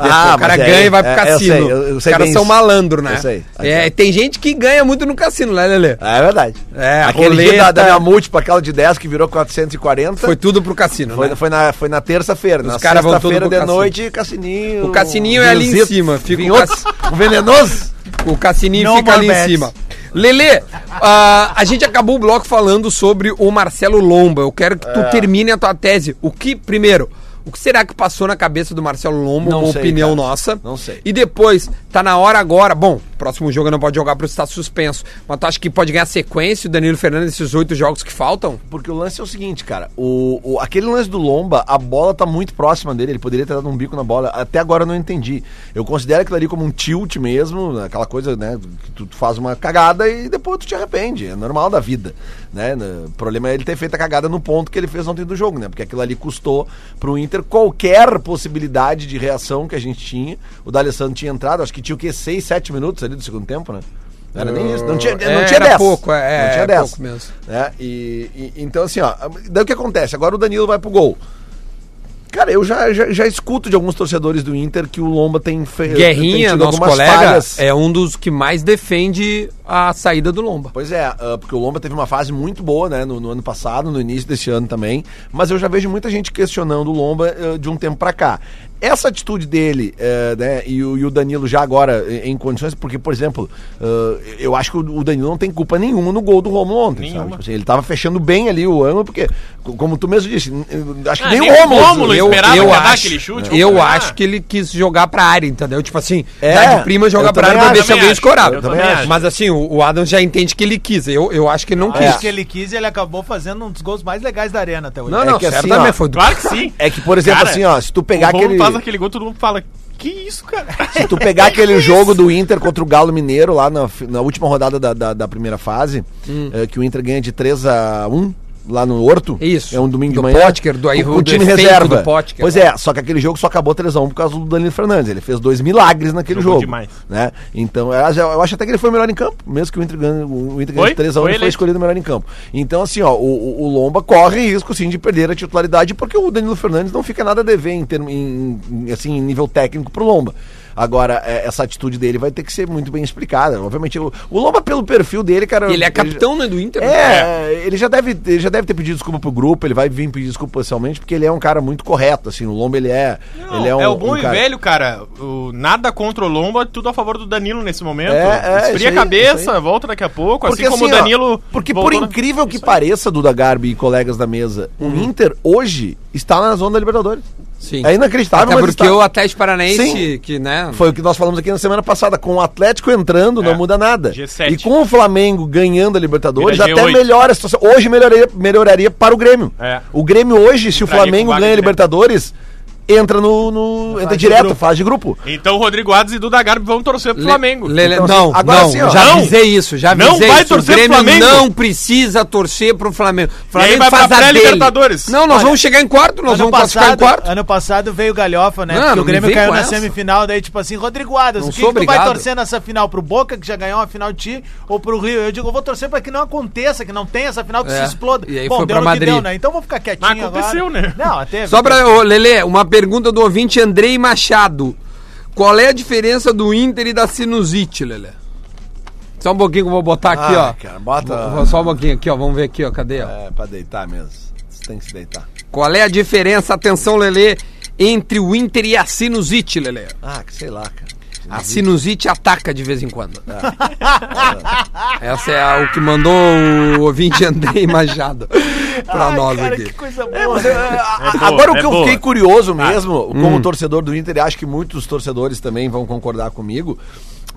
Ah,
o cara
mas é,
ganha e vai pro
é, eu
cassino.
sei, eu- eu sei
os caras
bem
são
isso.
malandro, né?
Eu sei.
É, tem gente que ganha muito no cassino, né, Lelê?
É verdade.
É,
aquele
roleta.
dia da, da minha múltipla, aquela de 10 que virou 440.
Foi tudo pro cassino,
Foi,
né?
foi na, foi na terça-feira. Na
caras vão
sexta-feira
tudo
de
pro cassino.
noite, cassininho.
O cassininho é ali em
vinhozito.
cima, fica o
Vinhoto,
cassi-
o venenoso.
O Cassininho
No
fica
more
ali
bets.
em cima. Lelê, ah, a gente acabou o bloco falando sobre o Marcelo Lomba. Eu quero que
É.
tu termine a tua tese. O que, primeiro, o que será que passou na cabeça do Marcelo Lomba?
Não
uma
sei,
opinião
cara.
nossa.
Não sei.
E depois, tá na hora agora. Bom, Próximo jogo não pode jogar por estar suspenso. Mas tu acha que pode ganhar sequência o Danilo Fernandes esses oito jogos que faltam?
Porque o lance é o seguinte, cara. O, o- aquele lance do Lomba, a bola tá muito próxima dele. Ele poderia ter dado um bico na bola. Até agora eu não entendi. Eu considero aquilo ali como um tilt mesmo. Aquela coisa, né? Que tu, tu faz uma cagada e depois tu te arrepende. É normal da vida, né? N- O problema é ele ter feito a cagada no ponto que ele fez ontem do jogo, né? Porque aquilo ali custou pro Inter qualquer possibilidade de reação que a gente tinha. O D'Alessandro tinha entrado. Acho que tinha o quê? Seis, sete minutos ali do segundo tempo, né? Não era nem isso. Não tinha, não
É,
tinha
era
10.
pouco, é,
não tinha
é
10.
pouco mesmo.
Né? E, e- então, assim, ó, daí o que acontece? Agora o Danilo vai pro gol. Cara, eu já, já, já escuto de alguns torcedores do Inter que o Lomba tem fe... tem
Guerrinha,
tido
nosso
algumas
colega,
falhas.
é um dos que mais defende a saída do Lomba.
Pois é, ah, porque o Lomba teve uma fase muito boa, né, no, no ano passado, no início desse ano também, mas eu já vejo muita gente questionando o Lomba ah, de um tempo pra cá. Essa atitude dele, eh, né, e o, e o Danilo já agora eh, em condições, porque, por exemplo, ah, eu acho que o o Danilo não tem culpa nenhuma no gol do Romulo ontem, sabe?
Nenhuma.
Tipo assim, ele tava fechando bem ali o ângulo, porque, co- como tu mesmo disse, n- eh, acho que
Ah,
nem,
nem
o Romulo...
o Rômulo esperava que ia dar
acho,
aquele chute,
Eu
vamos lá.
acho que ele quis jogar pra área, entendeu? Tipo assim,
É,
dar de prima jogar
eu
pra área
também
pra ver
acho.
se alguém
Eu
escorava.
também acho.
Mas assim, o, o Adam já entende que ele quis. Eu, eu acho que ele não
Acho
quis.
Um que ele quis e ele acabou fazendo um dos gols mais legais da arena até hoje.
Não,
É
não,
que assim,
certamente
ó,
foi do
Claro que sim.
É que, por exemplo,
Cara,
assim, ó, se tu pegar
o Romulo
aquele...
faz aquele gol, todo mundo fala, que isso, cara?
Se tu pegar aquele jogo do Inter contra o Galo Mineiro lá na, fi- na última rodada da, da- da primeira fase,
Hum.
eh, que o Inter ganha de 3 a 1 lá no Horto.
Isso.
É um domingo
Do
de manhã.
Potker, do Ayr-
com
do
o time
efeito
reserva.
do Potker. né?
pois é, só que aquele jogo só acabou 3 a 1 por causa do Danilo Fernandes. Ele fez dois milagres naquele
Jogou
jogo.
demais.
Né? Então, eu acho- eu acho até que ele foi o melhor em campo, mesmo que o Inter ganhe, o Inter ganhe
Foi?
de 3 a 1
Foi
ele foi
eleito.
escolhido o melhor em campo. Então, assim, ó, o, o- o Lomba corre risco sim de perder a titularidade, porque o Danilo Fernandes não fica nada a dever em, termo, em, em, assim, em nível técnico pro Lomba. Agora, é, essa atitude dele vai ter que ser muito bem explicada. Obviamente, o, o Lomba, pelo perfil dele, cara.
Ele é
já-
capitão, né, do Inter.
é, ele já, deve, ele já deve ter pedido desculpa pro grupo, ele vai vir pedir desculpa oficialmente, porque ele é um cara muito correto, assim, o Lomba ele é...
Não,
ele
é,
um,
o bom
um
e
cara-
velho, cara. O nada contra o Lomba, tudo a favor do Danilo nesse momento.
É, é, isso
Esfria
aí,
a
isso
cabeça, volta daqui a pouco,
Porque
assim como o
ó,
Danilo.
porque por
voltou né? na-
incrível que
Isso aí. Uhum.
pareça, Duda Garbi e colegas da mesa, o Inter hoje está na zona da Libertadores.
Sim.
É inacreditável,
Até
mas
porque
está.
o Atlético Paranaense,
Sim.
que, né?
Foi o que nós falamos aqui na semana passada. Com o Atlético entrando, não
É.
muda nada.
G7.
E com o Flamengo ganhando a Libertadores,
Vira
até
G8.
melhora a situação. Hoje melhoraria, melhoraria para o Grêmio.
É.
O Grêmio hoje, se o
Entraria
Flamengo
com vaga
ganha a
direta.
Libertadores, entra no. no- entra
fase de
direto,
grupo.
fase de grupo.
Então Rodrigo Ades e Duda Garbi vão torcer pro
Le-
Flamengo.
Lele-
Então,
não,
assim, agora
não,
assim, ó.
já
Não.
avisei isso, já avisei
Não vai
isso.
torcer pro Flamengo.
não precisa torcer pro Flamengo. O Flamengo
vai pra
faz a dele.
pré-Libertadores.
Não, nós vamos chegar em quarto, nós
Ano
vamos classificar em
passado,
quarto.
ano passado veio o Galhofa, né?
Não,
porque
não
o
me
Grêmio
vem
caiu
com
na
essa.
semifinal, daí tipo assim, Rodrigo Adas,
Não
o que,
sou
que tu vai
obrigado.
torcer nessa final? Pro Boca, que já ganhou a final de ti, ou pro Rio? Eu digo, eu vou torcer pra que não aconteça, que não tenha essa final, que
É.
se exploda.
E aí foi
deu
pra
no que
Madrid.
né? Então vou ficar quietinho
Mas aconteceu,
agora.
né?
Não, até...
Só pra. Ô, Lelê, uma pergunta do ouvinte Andrei Machado. Qual é a diferença do Inter e da sinusite, Lelê? Só um pouquinho que eu vou botar aqui,
Ah,
ó.
cara, bota-
Vou- vou- Só um pouquinho aqui, ó. Vamos ver aqui, ó. Cadê? Ó?
É, pra deitar mesmo. Você tem que se deitar.
Qual é a diferença, atenção, Lelê, entre o Inter e a sinusite, Lelê?
Ah, que sei lá, cara.
A sinusite ataca de vez em quando. Essa é a- o que mandou o ouvinte Andrei Machado pra nós
cara,
aqui.
que coisa boa.
É, mas, é, a-
boa,
agora o
é
que eu
boa.
fiquei curioso
Ah.
mesmo,
Hum.
como torcedor do Inter, e acho que muitos torcedores também vão concordar comigo,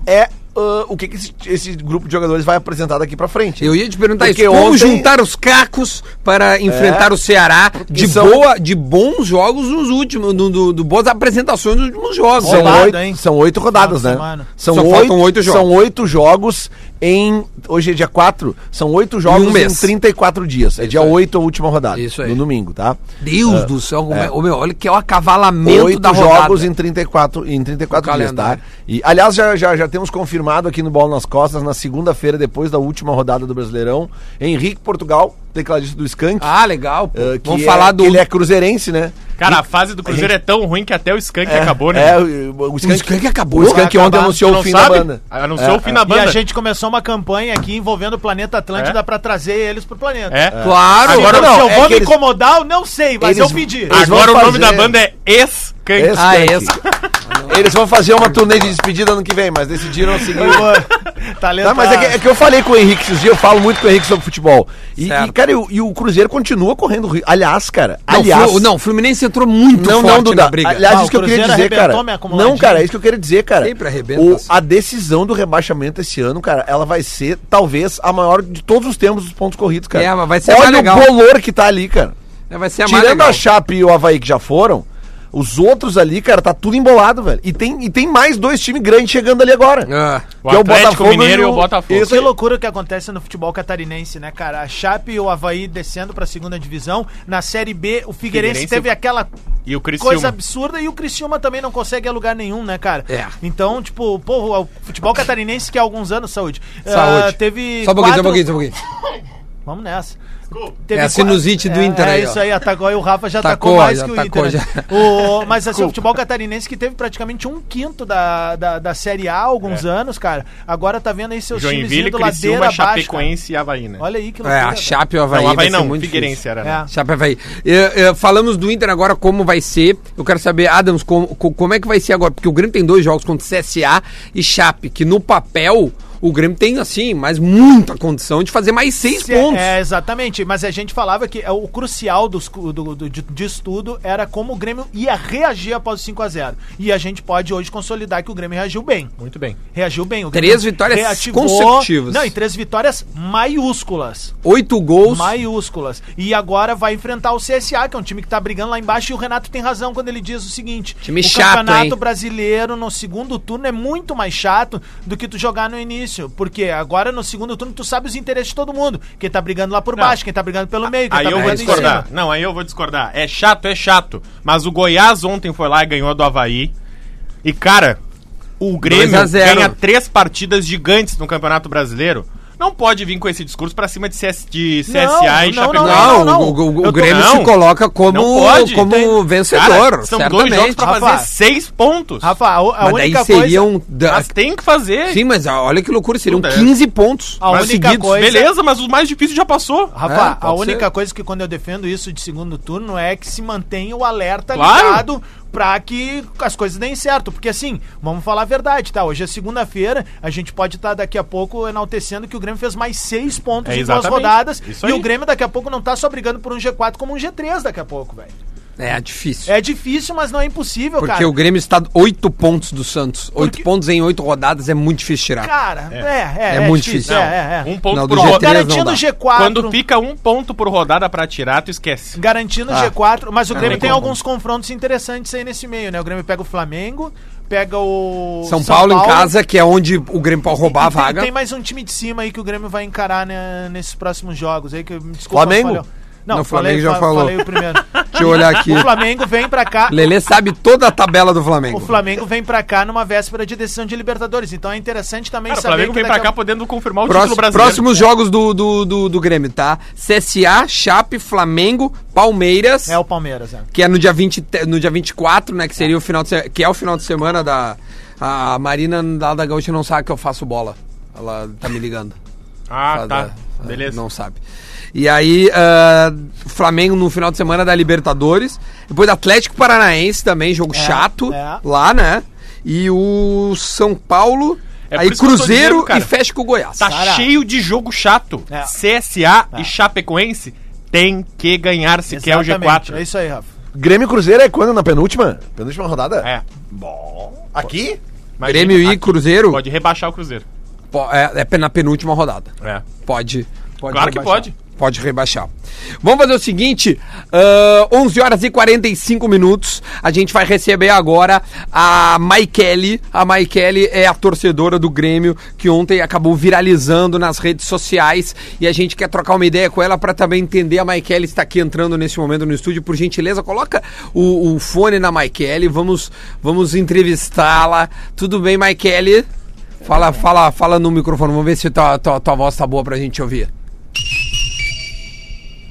é ah, o que, que esse, esse grupo de jogadores vai apresentar daqui pra frente.
Eu ia te perguntar
Porque
isso. Como
ontem- É.
juntar os cacos para enfrentar o Ceará de
são-
boa, de bons jogos nos últimos, do, do- do- boas apresentações nos últimos jogos.
São,
Roubado,
oito,
hein?
são oito rodadas,
Final de
né?
semana.
São
Só faltam oito jogos.
São oito jogos em. Hoje é dia 4. São oito jogos
um mês.
em 34 dias. É dia 8 a última rodada.
Isso aí.
No domingo, tá?
Deus do céu, como é- ô, meu, olha que é o acavalamento da
Oito
rodada.
jogos em 34, em 34
O
dias, tá?
calendário.
E, aliás, já, já, já temos confirmado aqui no Bola nas Costas, na segunda-feira, depois da última rodada do Brasileirão, Henrique Portugal, tecladista do Skank.
Ah, legal. pô.
eh, que
Vamos
é-
falar do.
que Ele é cruzeirense, né?
Cara, a fase do Cruzeiro é tão ruim que até o Skank acabou, né?
É, o, o Skank,
Skank acabou,
O
vai
Skank
acabar,
ontem anunciou
tu
o
não
fim
sabe?
da banda.
Anunciou o fim da
E
banda.
a gente começou uma campanha aqui envolvendo o Planeta Atlântida
É?
pra trazer eles pro planeta.
É.
Claro,
Agora
Então,
não,
se eu
é
vou
que
me
eles-
incomodar, eu não sei, mas
eles- Ah,
eu pedi.
eles vão
Agora o nome
fazer-
da banda é Escank.
Esse
Ah,
Skank.
esse.
Eles vão fazer uma turnê de despedida ano que vem, mas decidiram seguir.
Eu vou- Talento.
Tá, mas é que, é que eu falei com o Henrique esses dias, eu falo muito com o Henrique sobre futebol. E,
Certo.
e, cara, e, o- e o Cruzeiro continua correndo risco. Aliás, cara,
Não,
aliás.
Flu- não, o Fluminense entrou muito
Não,
forte
não, Duda.
na briga.
Aliás,
Ah,
isso
o
que eu queria
Cruzeiro
dizer, cara.
arrebentou minha acumuladinha.
Não, cara, é isso que eu queria dizer, cara.
Sempre arrebenta,
O-
assim.
a decisão do rebaixamento esse ano, cara, ela vai ser talvez a maior de todos os tempos dos pontos corridos, cara.
É, mas vai ser a
Olha
mais legal.
o bolor que tá ali, cara.
Vai ser a mais
Tirando
legal.
a Chape e o Havaí que já foram, os outros ali, cara, tá tudo embolado, velho. E tem, e tem mais dois times grandes chegando ali agora.
Ah.
Que é
O Atlético Mineiro e o Botafogo.
Isso
Que
aí.
loucura que acontece no futebol catarinense, né, cara? A Chape e o Havaí descendo pra segunda divisão. Na Série B, o Figueirense,
Figueirense-
teve aquela
E o Criciúma.
coisa absurda e o Criciúma também não consegue a lugar nenhum, né, cara?
É.
Então, tipo, pô, o futebol catarinense que há alguns anos, saúde.
Saúde.
ah, teve
Só um pouquinho, só um
quatro-
pouquinho, só um pouquinho.
Vamos nessa.
É a sinusite do
É,
Inter
É,
aí, ó.
isso aí, atacou aí o Rafa já
Tacou,
atacou mais
já
que o
atacou,
Inter. né?
já.
O- mas assim, o futebol catarinense que teve praticamente um quinto da, da, da Série A há alguns anos, cara. Agora tá vendo aí seus times
É. Joinville,
indo
Criciúma,
ladeira abaixo. cara.
Chapecoense e Havaí, né?
Olha aí que
É, a
cara.
Chape e o Havaí
não, Havaí
vai ser
não,
muito
Figueirense era, né?
É.
Chapecoense. É, é, falamos do Inter agora, como vai ser. Eu quero saber, Adams, com- com- como é que vai ser agora? Porque o Grêmio tem dois jogos contra CSA e Chape, que no papel o Grêmio tem, assim, mas muita condição de fazer mais seis
Se-
pontos.
É, exatamente. Mas a gente falava que é, o crucial dos, cu- do, do, de- disso tudo era como o Grêmio ia reagir após o 5x0. E a gente pode hoje consolidar que o Grêmio reagiu bem.
Muito bem.
Reagiu bem. O
Três
Grêmio
vitórias consecutivas.
Não, e três vitórias maiúsculas.
Oito gols.
Maiúsculas. E agora vai enfrentar o CSA, que é um time que tá brigando lá embaixo. E o Renato tem razão quando ele diz o seguinte:
Time
o
chato,
campeonato
hein?
brasileiro no segundo turno é muito mais chato do que tu jogar no início. Porque agora no segundo turno tu sabe os interesses de todo mundo. Quem tá brigando lá por baixo, quem tá brigando pelo meio, quem
Aí
tá
eu vou
brigando em
discordar.
cima.
Não, aí eu vou discordar. É chato, é chato. Mas o Goiás ontem foi lá e ganhou do Havaí. E, cara, o Grêmio
2 a 0.
ganha três partidas gigantes no Campeonato Brasileiro. Não pode vir com esse discurso pra cima de, CS, de CSA e
não,
Chapecoense.
Não,
Não, não.
o, o- o
Eu tô-
Grêmio
Não.
se coloca como,
Não pode,
como
tem-
vencedor.
Cara, são dois
certamente.
jogos pra fazer
Rafa.
seis pontos.
Rafa, a, a
mas daí um
única
seriam.
coisa.
da-
Mas tem que fazer.
Sim, mas ah, olha que loucura, seriam
Tudo é.
15 pontos.
A
mas
única
seguidos.
coisa-
Beleza, mas o mais difícil já passou.
Rafa,
É,
a
pode
única
ser.
coisa que quando eu defendo isso de segundo turno é que se mantenha o alerta
Claro.
ligado pra que as coisas deem certo. Porque assim, vamos falar a verdade, tá? Hoje é segunda-feira, a gente pode estar daqui a pouco enaltecendo que o Grêmio fez mais seis pontos
É,
em duas
exatamente.
rodadas.
Isso
e
aí.
o Grêmio daqui a pouco não tá só brigando por um G4 como um G3 daqui a pouco, velho.
É difícil.
É difícil, mas não é impossível,
porque
cara.
o Grêmio está 8 pontos do Santos. 8
Porque-
pontos em oito rodadas é muito difícil tirar.
Cara, é, é,
É muito difícil.
É, é, é.
Um ponto
Não, do
por
G3
Bom,
rodada.
não
garantindo
dá.
o G4.
Quando fica um ponto por rodada pra tirar, tu esquece.
Garantindo o
Ah.
G4, mas o
Não
Grêmio
tem
tem
como.
alguns confrontos interessantes aí nesse meio, né? O Grêmio pega o Flamengo, pega o.
São, Paulo, em casa, que é onde o Grêmio pode roubar a
E tem-
vaga.
Tem mais um time de cima aí que o Grêmio vai encarar né, nesses próximos jogos aí que me desculpa.
Flamengo?
falhou. Não,
Não,
o
Flamengo
Flamengo
já falou.
falei o primeiro.
Deixa eu olhar aqui.
o Flamengo vem pra cá.
Lelê sabe toda a tabela do Flamengo.
O Flamengo é vem pra cá numa véspera de decisão de Libertadores. Então é interessante também
Cara, o
saber.
Flamengo
que
vem pra
daqui
cá
a-
podendo confirmar o
Próximo-
título brasileiro.
próximos jogos do, do, do, do Grêmio, tá? CSA, Chape, Flamengo, Palmeiras,
É o Palmeiras, é.
que é no dia, 20, te- no dia 24, né? Que seria o final de se- que é o final de semana da. A Marina lá da Gaúcha não sabe que eu faço bola. Ela tá me ligando.
Ah, tá.
Fala da-
Beleza.
é, Não sabe. E aí, ah, Flamengo no final de semana da Libertadores. Depois Atlético Paranaense também, jogo chato.
é.
Lá, né? E o São Paulo.
É
aí
por isso que eu tô
Cruzeiro
dizendo, cara.
e fecha com o Goiás.
Tá
Cara.
cheio de jogo chato.
É.
CSA e Chapecoense tem que ganhar se quer o
Exatamente.
G4.
É isso aí, Rafa.
Grêmio e Cruzeiro é quando? Na penúltima? Penúltima rodada?
É.
Aqui?
Imagina,
Grêmio e
aqui
Cruzeiro
Pode rebaixar o Cruzeiro.
po- é, é na penúltima rodada.
É.
Pode. pode
Claro que pode.
Pode rebaixar. Vamos fazer o seguinte: ah, 11 horas e 45 minutos. A gente vai receber agora a Maikele. A Maikele é a torcedora do Grêmio que ontem acabou viralizando nas redes sociais. E a gente quer trocar uma ideia com ela para também entender. A Maikele está aqui entrando nesse momento no estúdio. Por gentileza, coloca o, o fone na Maikele. Vamos, vamos entrevistá-la. Tudo bem, Maikele? Fala, fala, fala no microfone. Vamos ver se tua, tua, tua voz tá boa pra gente ouvir.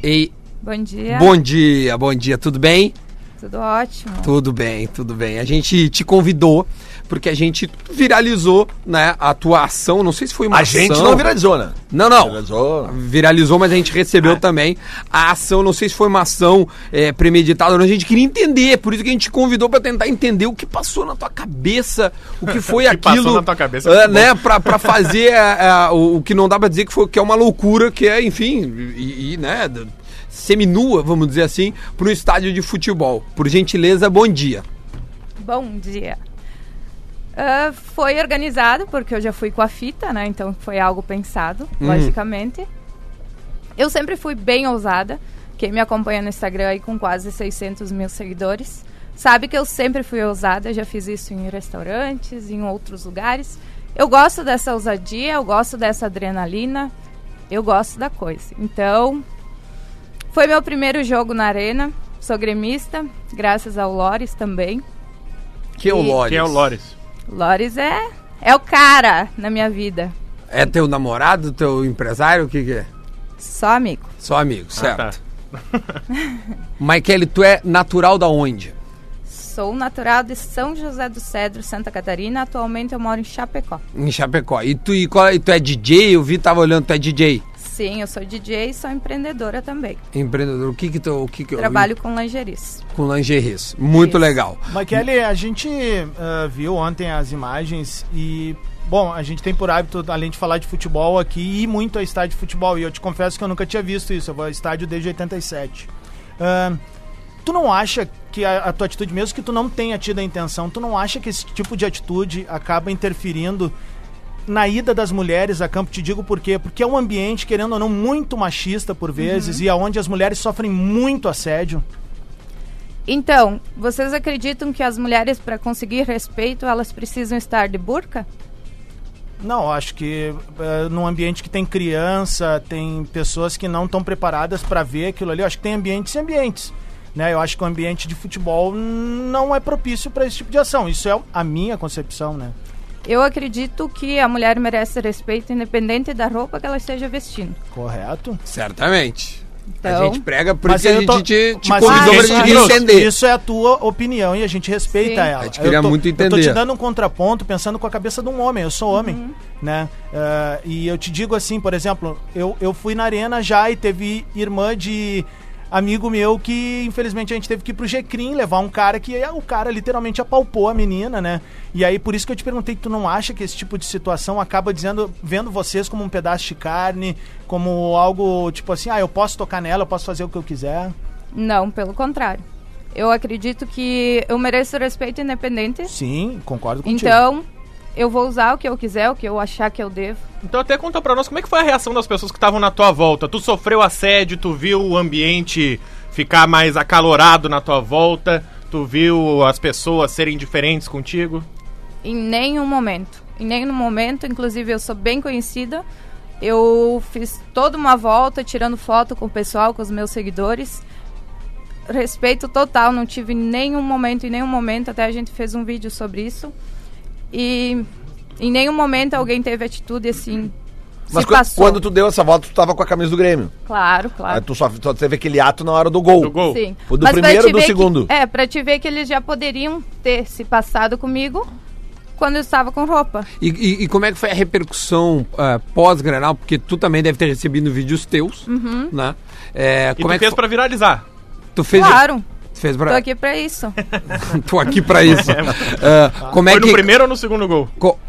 Ei,
Bom dia.
bom dia, bom dia, tudo bem?
Tudo ótimo.
Tudo bem, tudo bem. A gente te convidou porque a gente viralizou, né, a tua ação, não sei se foi uma
A
ação.
gente não viralizou, né?
Não, não.
Viralizou.
Viralizou, mas a gente recebeu
Ah.
também a ação. Não sei se foi uma ação é, premeditada ou não. A gente queria entender, é por isso que a gente te convidou pra tentar entender o que passou na tua cabeça, o que foi
O que
aquilo.
passou na tua cabeça,
é,
muito bom.
né? Pra, pra fazer é, é, o, o que não dá pra dizer que, foi, que é uma loucura, que é, enfim, e, e, né? d- Seminua, vamos dizer assim, para um estádio de futebol. Por gentileza, bom dia.
Bom dia. Ah, foi organizado, porque eu já fui com a fita, né? Então foi algo pensado, logicamente. Eu sempre fui bem ousada. Quem me acompanha no Instagram aí com quase 600 mil seguidores sabe que eu sempre fui ousada. Já fiz isso em restaurantes, em outros lugares. Eu gosto dessa ousadia, eu gosto dessa adrenalina, eu gosto da coisa. Então, foi meu primeiro jogo na Arena. Sou gremista, graças ao Lores também.
Que é o
E-
Lores.
Quem é o Lores?
Lores é, é o cara na minha vida.
É teu namorado, teu empresário? O que, que é?
Só amigo.
Só amigo, certo.
tá.
Michele, tu é natural da onde?
Sou natural de São José do Cedro, Santa Catarina. Atualmente eu moro em Chapecó.
Em Chapecó. E tu, e qual- e tu é DJ? Eu vi, tava olhando, tu é DJ.
Sim, eu sou DJ e sou empreendedora também.
Empreendedor, o que que tu... O que que
Trabalho com lingeries.
com lingeries. Muito
Isso.
legal.
Mas Kelly, a gente ah, viu ontem as imagens e. Bom, a gente tem por hábito, além de falar de futebol aqui, ir muito a estádio de futebol. E eu te confesso que eu nunca tinha visto isso. Eu vou ao estádio desde 87. Ah, tu não acha que a, a tua atitude, mesmo que tu não tenha tido a intenção, tu não acha que esse tipo de atitude acaba interferindo na ida das mulheres a campo, te digo por quê? Porque é um ambiente, querendo ou não, muito machista por vezes e aonde as mulheres sofrem muito assédio.
Então, vocês acreditam que as mulheres, para conseguir respeito, elas precisam estar de burca?
Não, acho que eh, num ambiente que tem criança, tem pessoas que não estão preparadas para ver aquilo ali. Eu acho que tem ambientes e ambientes. Né? Eu acho que o ambiente de futebol não é propício para esse tipo de ação. Isso é a minha concepção, né?
Eu acredito que a mulher merece respeito independente da roupa que ela esteja vestindo.
Correto?
Certamente. A
Então-
gente prega, por isso que
eu
a gente
tô-
te, te
mas
convidou pra
isso-
gente
isso-
entender.
Isso é a tua opinião e a gente respeita
Sim.
ela.
A gente queria
eu tô,
muito
Eu tô
entender.
te dando um contraponto pensando com a cabeça de um homem. Eu sou homem,
Uhum.
né? Ah, e eu te digo assim, por exemplo, eu, eu fui na arena já e teve irmã de amigo meu que infelizmente a gente teve que ir pro Jecrim levar um cara que é, o cara literalmente apalpou a menina, né? E aí por isso que eu te perguntei tu não acha que esse tipo de situação acaba dizendo vendo vocês como um pedaço de carne, como algo tipo assim, ah, eu posso tocar nela, eu posso fazer o que eu quiser.
Não, pelo contrário. Eu acredito que eu mereço respeito independente
Sim, concordo contigo.
Então, eu vou usar o que eu quiser, o que eu achar que eu devo.
Então até conta pra nós como é que foi a reação das pessoas que estavam na tua volta. Tu sofreu assédio, tu viu o ambiente ficar mais acalorado na tua volta, tu viu as pessoas serem diferentes contigo.
Em nenhum momento. Em nenhum momento, inclusive eu sou bem conhecida. Eu fiz toda uma volta tirando foto com o pessoal, com os meus seguidores. Respeito total, não tive nenhum momento, em nenhum momento, até a gente fez um vídeo sobre isso. E em nenhum momento alguém teve atitude assim.
Mas
se
quan-
passou. Ah.
quando tu deu essa volta, tu tava com a camisa do Grêmio.
Claro,
Aí
claro.
tu só, só teve aquele ato na hora do gol.
Do gol.
Sim.
O do
Mas pra
primeiro
te
ou do
ver que-
segundo?
é, pra te ver que eles já poderiam ter se passado comigo quando eu estava com roupa.
E, e- e como é que foi a repercussão ah, pós-Grenal? Porque tu também deve ter recebido vídeos teus, né? É,
E
como
tu
é que
fez
fo-
pra viralizar.
tu fez?
Claro,
Tu fez
tô
pra...
aqui pra isso.
Tô aqui pra isso. Ah, como
É,
é
foi no
que...
primeiro ou no segundo gol? O
co-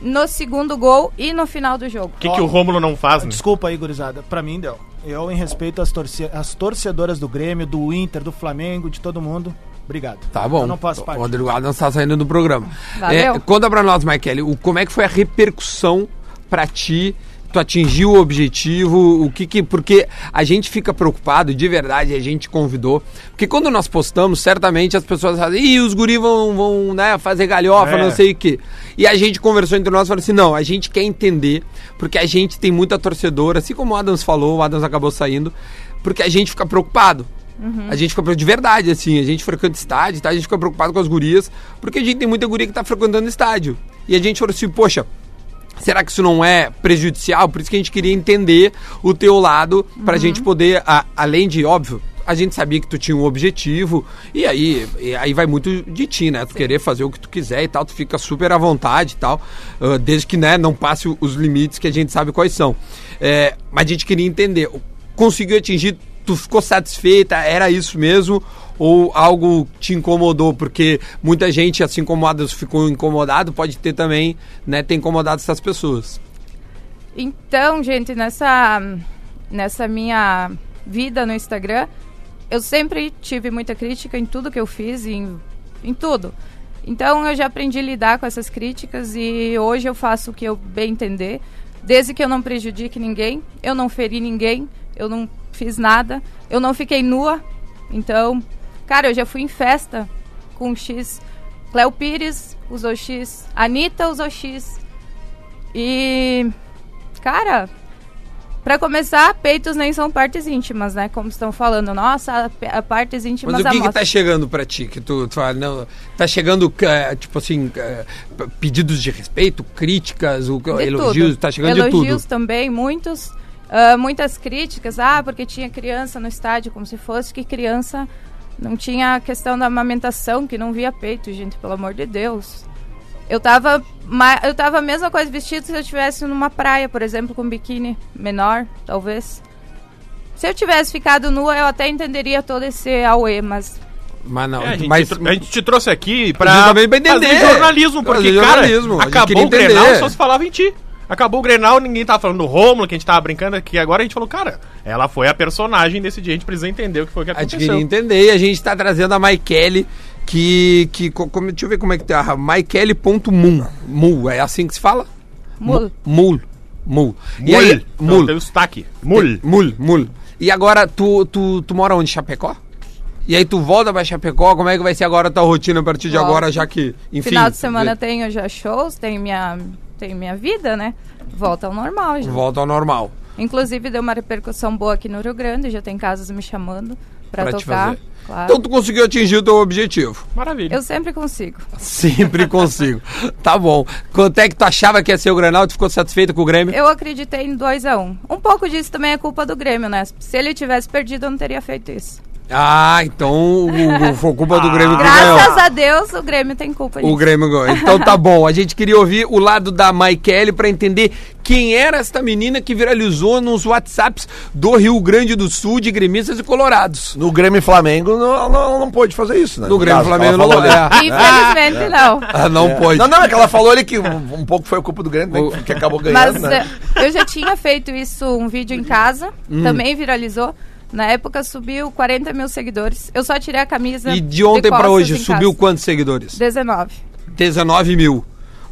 No segundo gol e no final do jogo.
que, que o Rômulo não faz, né?
Desculpa aí, gurizada. Pra mim deu. Eu, em respeito às, torce às torcedoras do Grêmio, do Inter, do Flamengo, de todo mundo, obrigado.
Tá bom.
Eu não passo
O
parte.
Rodrigo Adams tá saindo do programa.
Valeu.
É, conta pra nós, Michele, o, como é que foi a repercussão pra ti? Tu atingiu o objetivo? O que que... Porque a gente fica preocupado, de verdade, a gente convidou. Porque quando nós postamos, certamente as pessoas fazem Ih, os guris vão, vão né, fazer galhofa,
É.
não sei o quê. E a gente conversou entre nós e falou assim, não, a gente quer entender, porque a gente tem muita torcedora, assim como o Adams falou, o Adams acabou saindo, porque a gente fica preocupado. A gente fica preocupado de verdade, assim. A gente frequenta estádio, tá? a gente fica preocupado com as gurias, porque a gente tem muita guria que tá frequentando estádio. E a gente falou assim, poxa. Será que isso não é prejudicial? Por isso que a gente queria entender o teu lado, pra gente poder, a- além de, óbvio, a gente sabia que tu tinha um objetivo, e aí, e aí vai muito de ti, né? Tu querer fazer o que tu quiser e tal, tu fica super à vontade e tal, ah, desde que né, não passe o- os limites que a gente sabe quais são. É, mas a gente queria entender, conseguiu atingir, tu ficou satisfeita, era isso mesmo? Ou algo te incomodou? Porque muita gente, assim como o Adams ficou incomodado, pode ter também, né, ter incomodado essas pessoas.
Então, gente, nessa, nessa minha vida no Instagram, eu sempre tive muita crítica em tudo que eu fiz, em, em tudo. Então, eu já aprendi a lidar com essas críticas e hoje eu faço o que eu bem entender. Desde que eu não prejudique ninguém, eu não feri ninguém, eu não fiz nada, eu não fiquei nua. Então, cara, eu já fui em festa com X. Cléo Pires usou X, Anitta usou X. E Cara, pra começar, peitos nem são partes íntimas, né? Como estão falando, nossa, a pe- a partes íntimas
Mas o
da
que que
moça.
tá chegando pra ti? Que tu, tu fala, não, tá chegando, eh, tipo assim, eh, p- pedidos de respeito, críticas, o,
De
elogios,
tudo.
tá chegando de
Elogios
tudo.
também, muitos. ah, muitas críticas, ah, porque tinha criança no estádio, como se fosse que criança não tinha a questão da amamentação, que não via peito, gente, pelo amor de Deus. Eu tava, ma- eu tava a mesma coisa vestida se eu estivesse numa praia, por exemplo, com biquíni menor, talvez. Se eu tivesse ficado nua, eu até entenderia todo esse auê, mas
Mas não,
É, a, gente
mas
tro- a gente te trouxe aqui pra,
gente também pra entender.
fazer jornalismo, porque,
Fazer
cara,
jornalismo, a gente
acabou
queria
o Grenal,
entender.
só se falava em ti. Acabou o Grenal, ninguém tava falando do Rômulo, que a gente tava brincando aqui. Agora a gente falou, cara, ela foi a personagem desse dia, a gente precisa entender o que foi que
a gente
aconteceu.
queria entender e a gente tá trazendo a Maikele, que, que co- como, deixa eu ver como é que tá, maikele.mul, mul, é assim que se fala?
Mul.
Mul, mul. E
Mul.
aí,
Não,
mul.
Tem o sotaque. Mul.
Mul, mul. E agora, tu, tu, tu mora onde? Chapecó? E aí tu volta pra Chapecó, como é que vai ser agora a tua rotina a partir de
Volto.
agora, já que, enfim... é.
Final de semana eu tenho já shows, tenho minha, tenho minha vida, né? Volta ao normal já.
Volta ao normal.
Inclusive deu uma repercussão boa aqui no Rio Grande, já tem casas me chamando pra,
Pra te
tocar.
fazer.
Claro.
Então tu conseguiu atingir o teu objetivo.
Maravilha.
Eu sempre consigo.
Sempre consigo. tá bom. Quanto é que tu achava que ia ser o Granal? Tu ficou satisfeito com o Grêmio?
Eu acreditei em 2 a 1 um. um pouco disso também é culpa do Grêmio, né? Se ele tivesse perdido, eu não teria feito isso.
Ah, então o- o- foi culpa do Grêmio que ganhou.
Ah, Graças a Deus, o Grêmio tem culpa
Ah, O
disso.
Grêmio ganhou. Então tá bom. A gente queria ouvir o lado da Maikele pra entender quem era esta menina que viralizou nos WhatsApps do Rio Grande do Sul de gremistas e colorados.
No Grêmio e Flamengo não, não, não pôde fazer isso, né?
No Grêmio e
caso,
Flamengo
ela
não
falou,
pode.
né?
Infelizmente, não.
Ah, não pode.
Não, não, é que ela falou ali que um, um pouco foi a culpa do Grêmio, né, que- que acabou
É,
ganhando,
Mas
né?
eh, eu já tinha feito isso, um vídeo em casa,
Hum.
também viralizou. Na época subiu 40 mil seguidores. Eu só tirei a camisa.
E de ontem pra
costas
hoje
em
subiu
casa.
quantos seguidores?
19.
19 mil.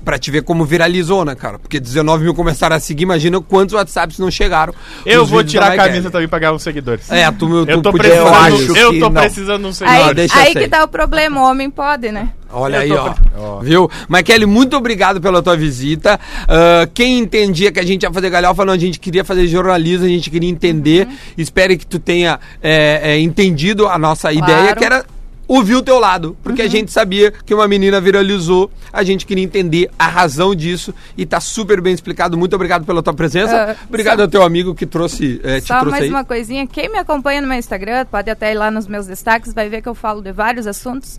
Pra te ver como viralizou, né, cara? Porque 19 mil começaram a seguir, imagina quantos WhatsApps não chegaram.
Eu
nos
vou
vídeos da
tirar a
Maikele.
camisa também pra ganhar uns seguidores.
É, tu, tu
Eu tô
podia
precisando,
falar
eu
eu,
isso.
acho que
tô
não.
precisando de um seguidor.
Aí,
deixa
aí
sem.
que tá o problema, o homem pode, né?
Olha
Eu
aí,
tô
ó. Viu? Mas Kelly, muito obrigado pela tua visita. Ah, quem entendia que a gente ia fazer galhofa, não, a gente queria fazer jornalismo, a gente queria entender.
Uhum.
Espero que tu tenha é, é, entendido a nossa ideia, que era ouvir o teu lado. Porque
Uhum.
a gente sabia que uma menina viralizou, a gente queria entender a razão disso e tá super bem explicado. Muito obrigado pela tua presença.
Ah,
obrigado ao teu amigo que trouxe, é, te
Só
trouxe
mais
aí.
uma coisinha. Quem me acompanha no meu Instagram, pode até ir lá nos meus destaques, vai ver que eu falo de vários assuntos.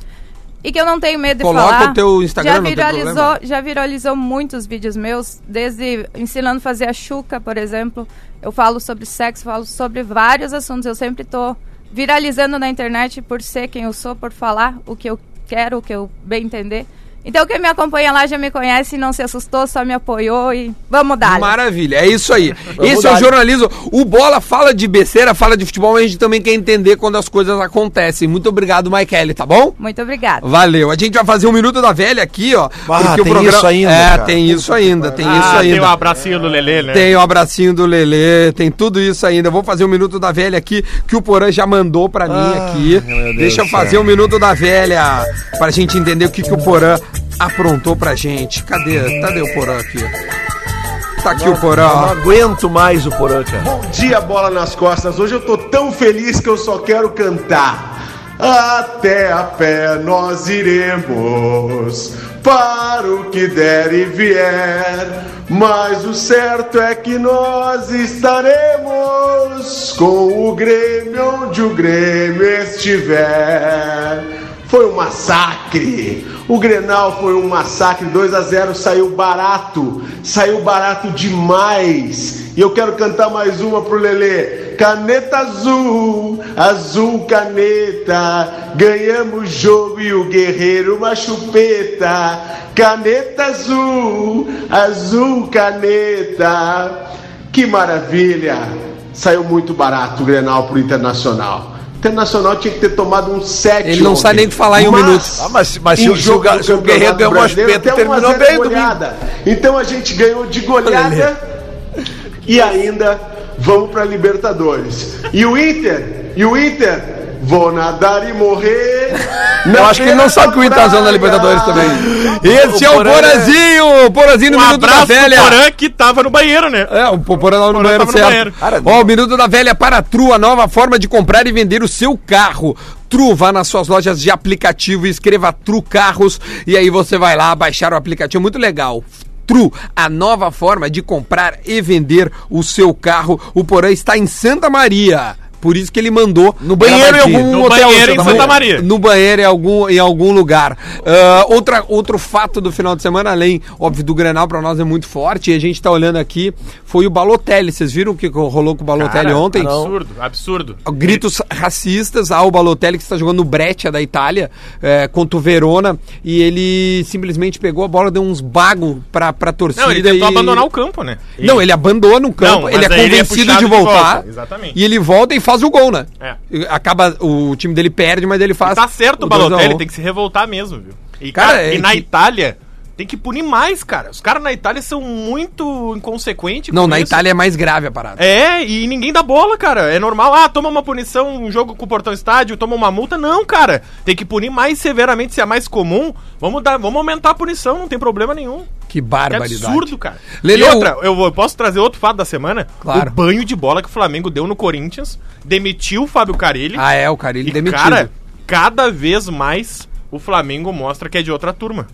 E que eu não tenho medo de
Coloca
falar.
o teu Instagram,
já
não tem
viralizou,
problema.
já viralizou muitos vídeos meus, desde ensinando a fazer a chuca, por exemplo. Eu falo sobre sexo, falo sobre vários assuntos. Eu sempre tô viralizando na internet por ser quem eu sou, por falar o que eu quero, o que eu bem entender. Então quem me acompanha lá já me conhece, não se assustou, só me apoiou e vamos dar.
Maravilha, é isso aí. Esse é o
dar-lhe.
jornalismo. O Bola fala de besteira, fala de futebol, mas a gente também quer entender quando as coisas acontecem. Muito obrigado, Maikele, tá bom?
Muito obrigada.
Valeu. A gente vai fazer um minuto da velha aqui, ó.
Ah, tem isso ainda,
É,
cara.
tem isso ainda, tem
Ah,
isso ainda.
tem o abracinho do Lelê, né?
Tem o abracinho do Lelê, tem tudo isso ainda. Eu vou fazer um minuto da velha aqui, que o Porã já mandou pra mim
Ah,
aqui. Deixa eu fazer um minuto da velha, pra gente entender o que, que o Porã aprontou pra gente. Cadê? Cadê o Porã aqui? Tá aqui o Porã,
Eu não
ó.
aguento mais o Porã, cara.
Bom dia, bola nas costas. Hoje eu tô tão feliz que eu só quero cantar. até a pé nós iremos, para o que der e vier. Mas o certo é que nós estaremos com o Grêmio onde o Grêmio estiver. Foi um massacre. O Grenal foi um massacre. 2 a 0 saiu barato. Saiu barato demais. E eu quero cantar mais uma pro Lelê. Caneta azul, azul caneta. Ganhamos o jogo e o guerreiro uma chupeta. Caneta azul, azul caneta. Que maravilha. Saiu muito barato o Grenal pro Internacional. Internacional tinha que ter tomado um 7.
Ele não
ontem.
sabe nem o que falar em um
Mas-
minuto.
Ah, mas, mas se
em
o, se o
Um jogo
Ga-
do
se o
Campeonato
Guerreiro ganhou umas
Brasileiro,
petas,
até um a
terminou
zero
bem
de
domingo.
goleada. Então a gente ganhou de goleada e ainda vamos para Libertadores. E o Inter, e o Inter, vou nadar e morrer.
Eu acho que ele não sabe que o
tá
Itazão da Libertadores também. Esse é o Borazinho! Borazinho no
Um
Minuto da
abraço
Velha!
pro Porã que tava no banheiro, né?
É, o Porã lá no
Porã
banheiro,
tava no
certo.
banheiro.
Cara,
Ó, o Minuto da Velha para a Tru, a nova forma de comprar e vender o seu carro. Tru, vá nas suas lojas de aplicativo e escreva Tru Carros e aí você vai lá baixar o aplicativo. Muito legal. Tru, a nova forma de comprar e vender o seu carro. O Porã está em Santa Maria. Por isso que ele mandou
No banheiro em
gravadinha.
algum
No
hotel
banheiro em
Santa
Santa
Maria.
Maria.
No banheiro em algum, em algum lugar. Ah, outra, outro fato do final de semana, além, óbvio, do Grenal pra nós é muito forte, e a gente tá olhando aqui, foi o Balotelli. Vocês viram o que rolou com o Balotelli
Cara,
ontem?
Absurdo, absurdo.
Gritos racistas ao Balotelli, que está jogando no Breccia da Itália, eh, contra o Verona, e ele simplesmente pegou a bola, deu uns bagos pra, pra torcida.
Não, ele tentou
e-
abandonar o campo, né?
Não, ele abandona o campo,
Não,
ele é
mas aí ele é
convencido
puxado
de
de volta,
voltar.
exatamente.
E ele volta e faz o gol, né?
É.
E Acaba, o time dele perde, mas ele faz.
Tá certo o
dois a
Balotelli,
um.
tem que se revoltar mesmo, viu? E,
Cara,
cara,
é
e na
que-
Itália tem que punir mais, cara. Os caras na Itália são muito inconsequentes.
Não,
com
na
isso.
Itália é mais grave a parada.
É, e ninguém dá bola, cara. É normal. Ah, toma uma punição, um jogo com o portão estádio, toma uma multa. Não, cara. Tem que punir mais severamente, se é mais comum. Vamos, dar, vamos aumentar a punição, não tem problema nenhum. Que
Que barbaridade.
É absurdo, cara.
Lele,
e outra, eu vou- posso trazer outro fato da semana?
Claro.
O banho de bola que o Flamengo deu no Corinthians, demitiu o Fábio Carelli.
Ah, é, o cara, ele
e,
demitiu.
cara, cada vez mais o Flamengo mostra que é de outra turma.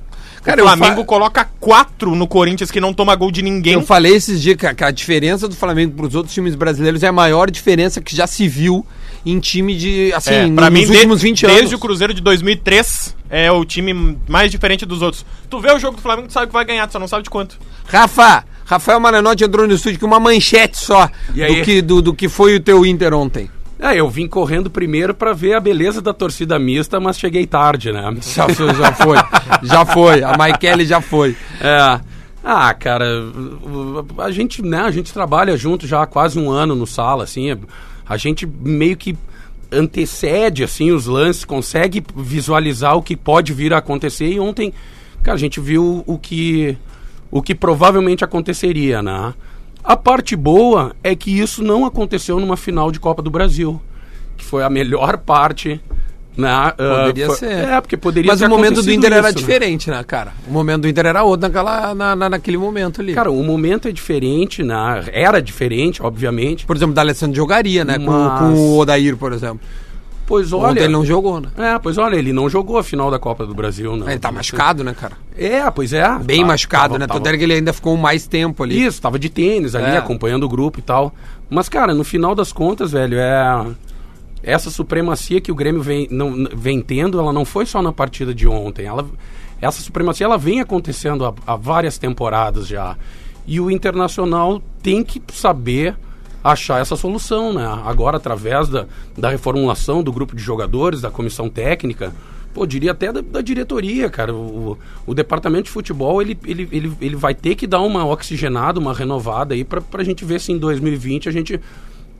o
Cara, eu
Flamengo
fa-
coloca quatro no Corinthians que não toma gol de ninguém.
Eu falei esses dias que a, que a diferença do Flamengo pros outros times brasileiros é a maior diferença que já se viu em time de, assim,
É, pra mim,
nos últimos
de-
20
desde
anos.
o Cruzeiro de 2003, é o time mais diferente dos outros. Tu vê o jogo do Flamengo, tu sabe que vai ganhar, tu só não sabe de quanto.
Rafa, Rafael Maranotti entrou no estúdio com uma manchete só
E
do
aí?
que, do, do que foi o teu Inter ontem.
Ah, eu vim correndo primeiro pra ver a beleza da torcida mista, mas cheguei tarde, né?
Já foi, Tá, já foi. já foi. A Maikele já foi.
É. Ah, cara, o- o- a gente, né, a gente trabalha junto já há quase um ano no sala, assim, é- a gente meio que antecede, assim, os lances, consegue visualizar o que pode vir a acontecer e ontem, cara, a gente viu o que, o que provavelmente aconteceria, né? A parte boa é que isso não aconteceu numa final de Copa do Brasil, que foi a melhor parte, né?
Poderia
Ah, foi-
ser.
É, porque poderia
Mas
ter
o momento do
acontecido
Inter era
isso, né?
diferente, né, cara? O momento do Inter era outro naquela, na, na- naquele momento ali.
Cara, o momento é diferente, né? era diferente, obviamente.
por exemplo, da Alessandro jogaria, né? Com-
Mas-
Com, o Odair, por exemplo.
Pois
Ontem
olha.
ele não jogou, né?
É, pois olha, ele não jogou a final da Copa do Brasil, não.
Ele tá machucado, né, cara?
É, pois é.
Bem
Tá-
machucado,
tava-
né?
tava-
Tanto é que ele ainda ficou mais tempo ali.
Isso, tava de tênis ali,
É.
acompanhando o grupo e tal. Mas, cara, no final das contas, velho, é. Essa supremacia que o Grêmio vem, não, vem tendo, ela não foi só na partida de ontem. Ela, essa supremacia ela vem acontecendo há, há várias temporadas já. E o Internacional tem que saber achar essa solução, né? Agora, através da, da reformulação do grupo de jogadores, da comissão técnica, pô, diria até da, da diretoria, cara. O, o departamento de futebol, ele, ele, ele, ele vai ter que dar uma oxigenada, uma renovada aí pra, pra gente ver se em 2020 a gente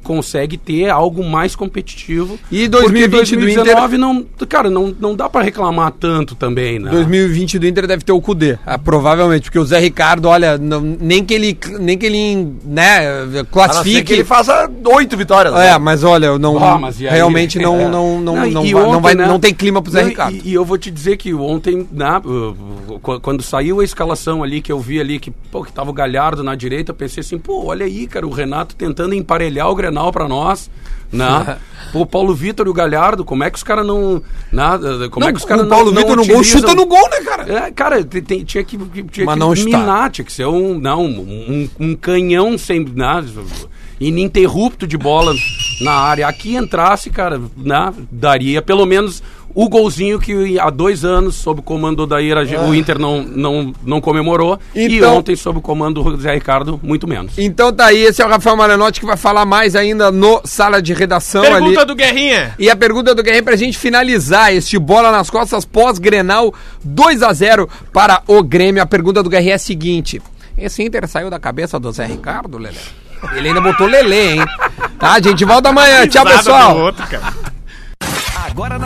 consegue ter algo mais competitivo.
E 2020
Porque
do
2019 não, cara, não, não dá pra reclamar tanto também, né?
2020 do Inter deve ter o Cudê, ah, provavelmente, porque o Zé Ricardo, olha, não- nem que ele, nem que ele, né,
A não ser
classifique.
que ele faça oito vitórias. né?
É, mas olha, eu não,
Ah, mas e aí?
realmente não,
É.
não, não, não,
e
vai- não
ontem,
vai,
né?
não tem clima pro Zé
Não,
Ricardo.
E, e eu vou te dizer que ontem, na, uh, qu- quando saiu a escalação ali, que eu vi ali que, pô, que tava o Galhardo na direita, eu pensei assim, pô, olha aí, cara, o Renato tentando emparelhar o fenomenal pra nós. Né? Pô, o Paulo Vitor e o Galhardo, como é que os caras não. Nada, como é que os caras
o Paulo Vitor no gol
utilizam-
chuta no gol, né, cara?
É, cara, te- tem- tinha que, que- tinha
Mas
que
não está.
minar, tinha que ser um, não, um, um- um canhão sem né, ininterrupto de bola na área. Aqui entrasse, cara, né, daria pelo menos o golzinho que há dois anos, sob o comando da Ira, o Inter não, não, não comemorou. E
Então-
ontem, sob o comando do Zé Ricardo, muito menos.
Então tá aí, esse é o Rafael Maranotti que vai falar mais ainda no sala de redação
Pergunta
Então, ali.
do Guerrinha.
E a pergunta do Guerreiro é pra gente finalizar este bola nas costas pós-Grenal 2 a 0 para o Grêmio. A pergunta do Guerreiro é a seguinte: Esse Inter saiu da cabeça do Zé Ricardo, Lelé? Ele ainda botou Lelê, hein? Tá, gente volta amanhã. Tchau,
Risada do
pessoal.
outro, cara.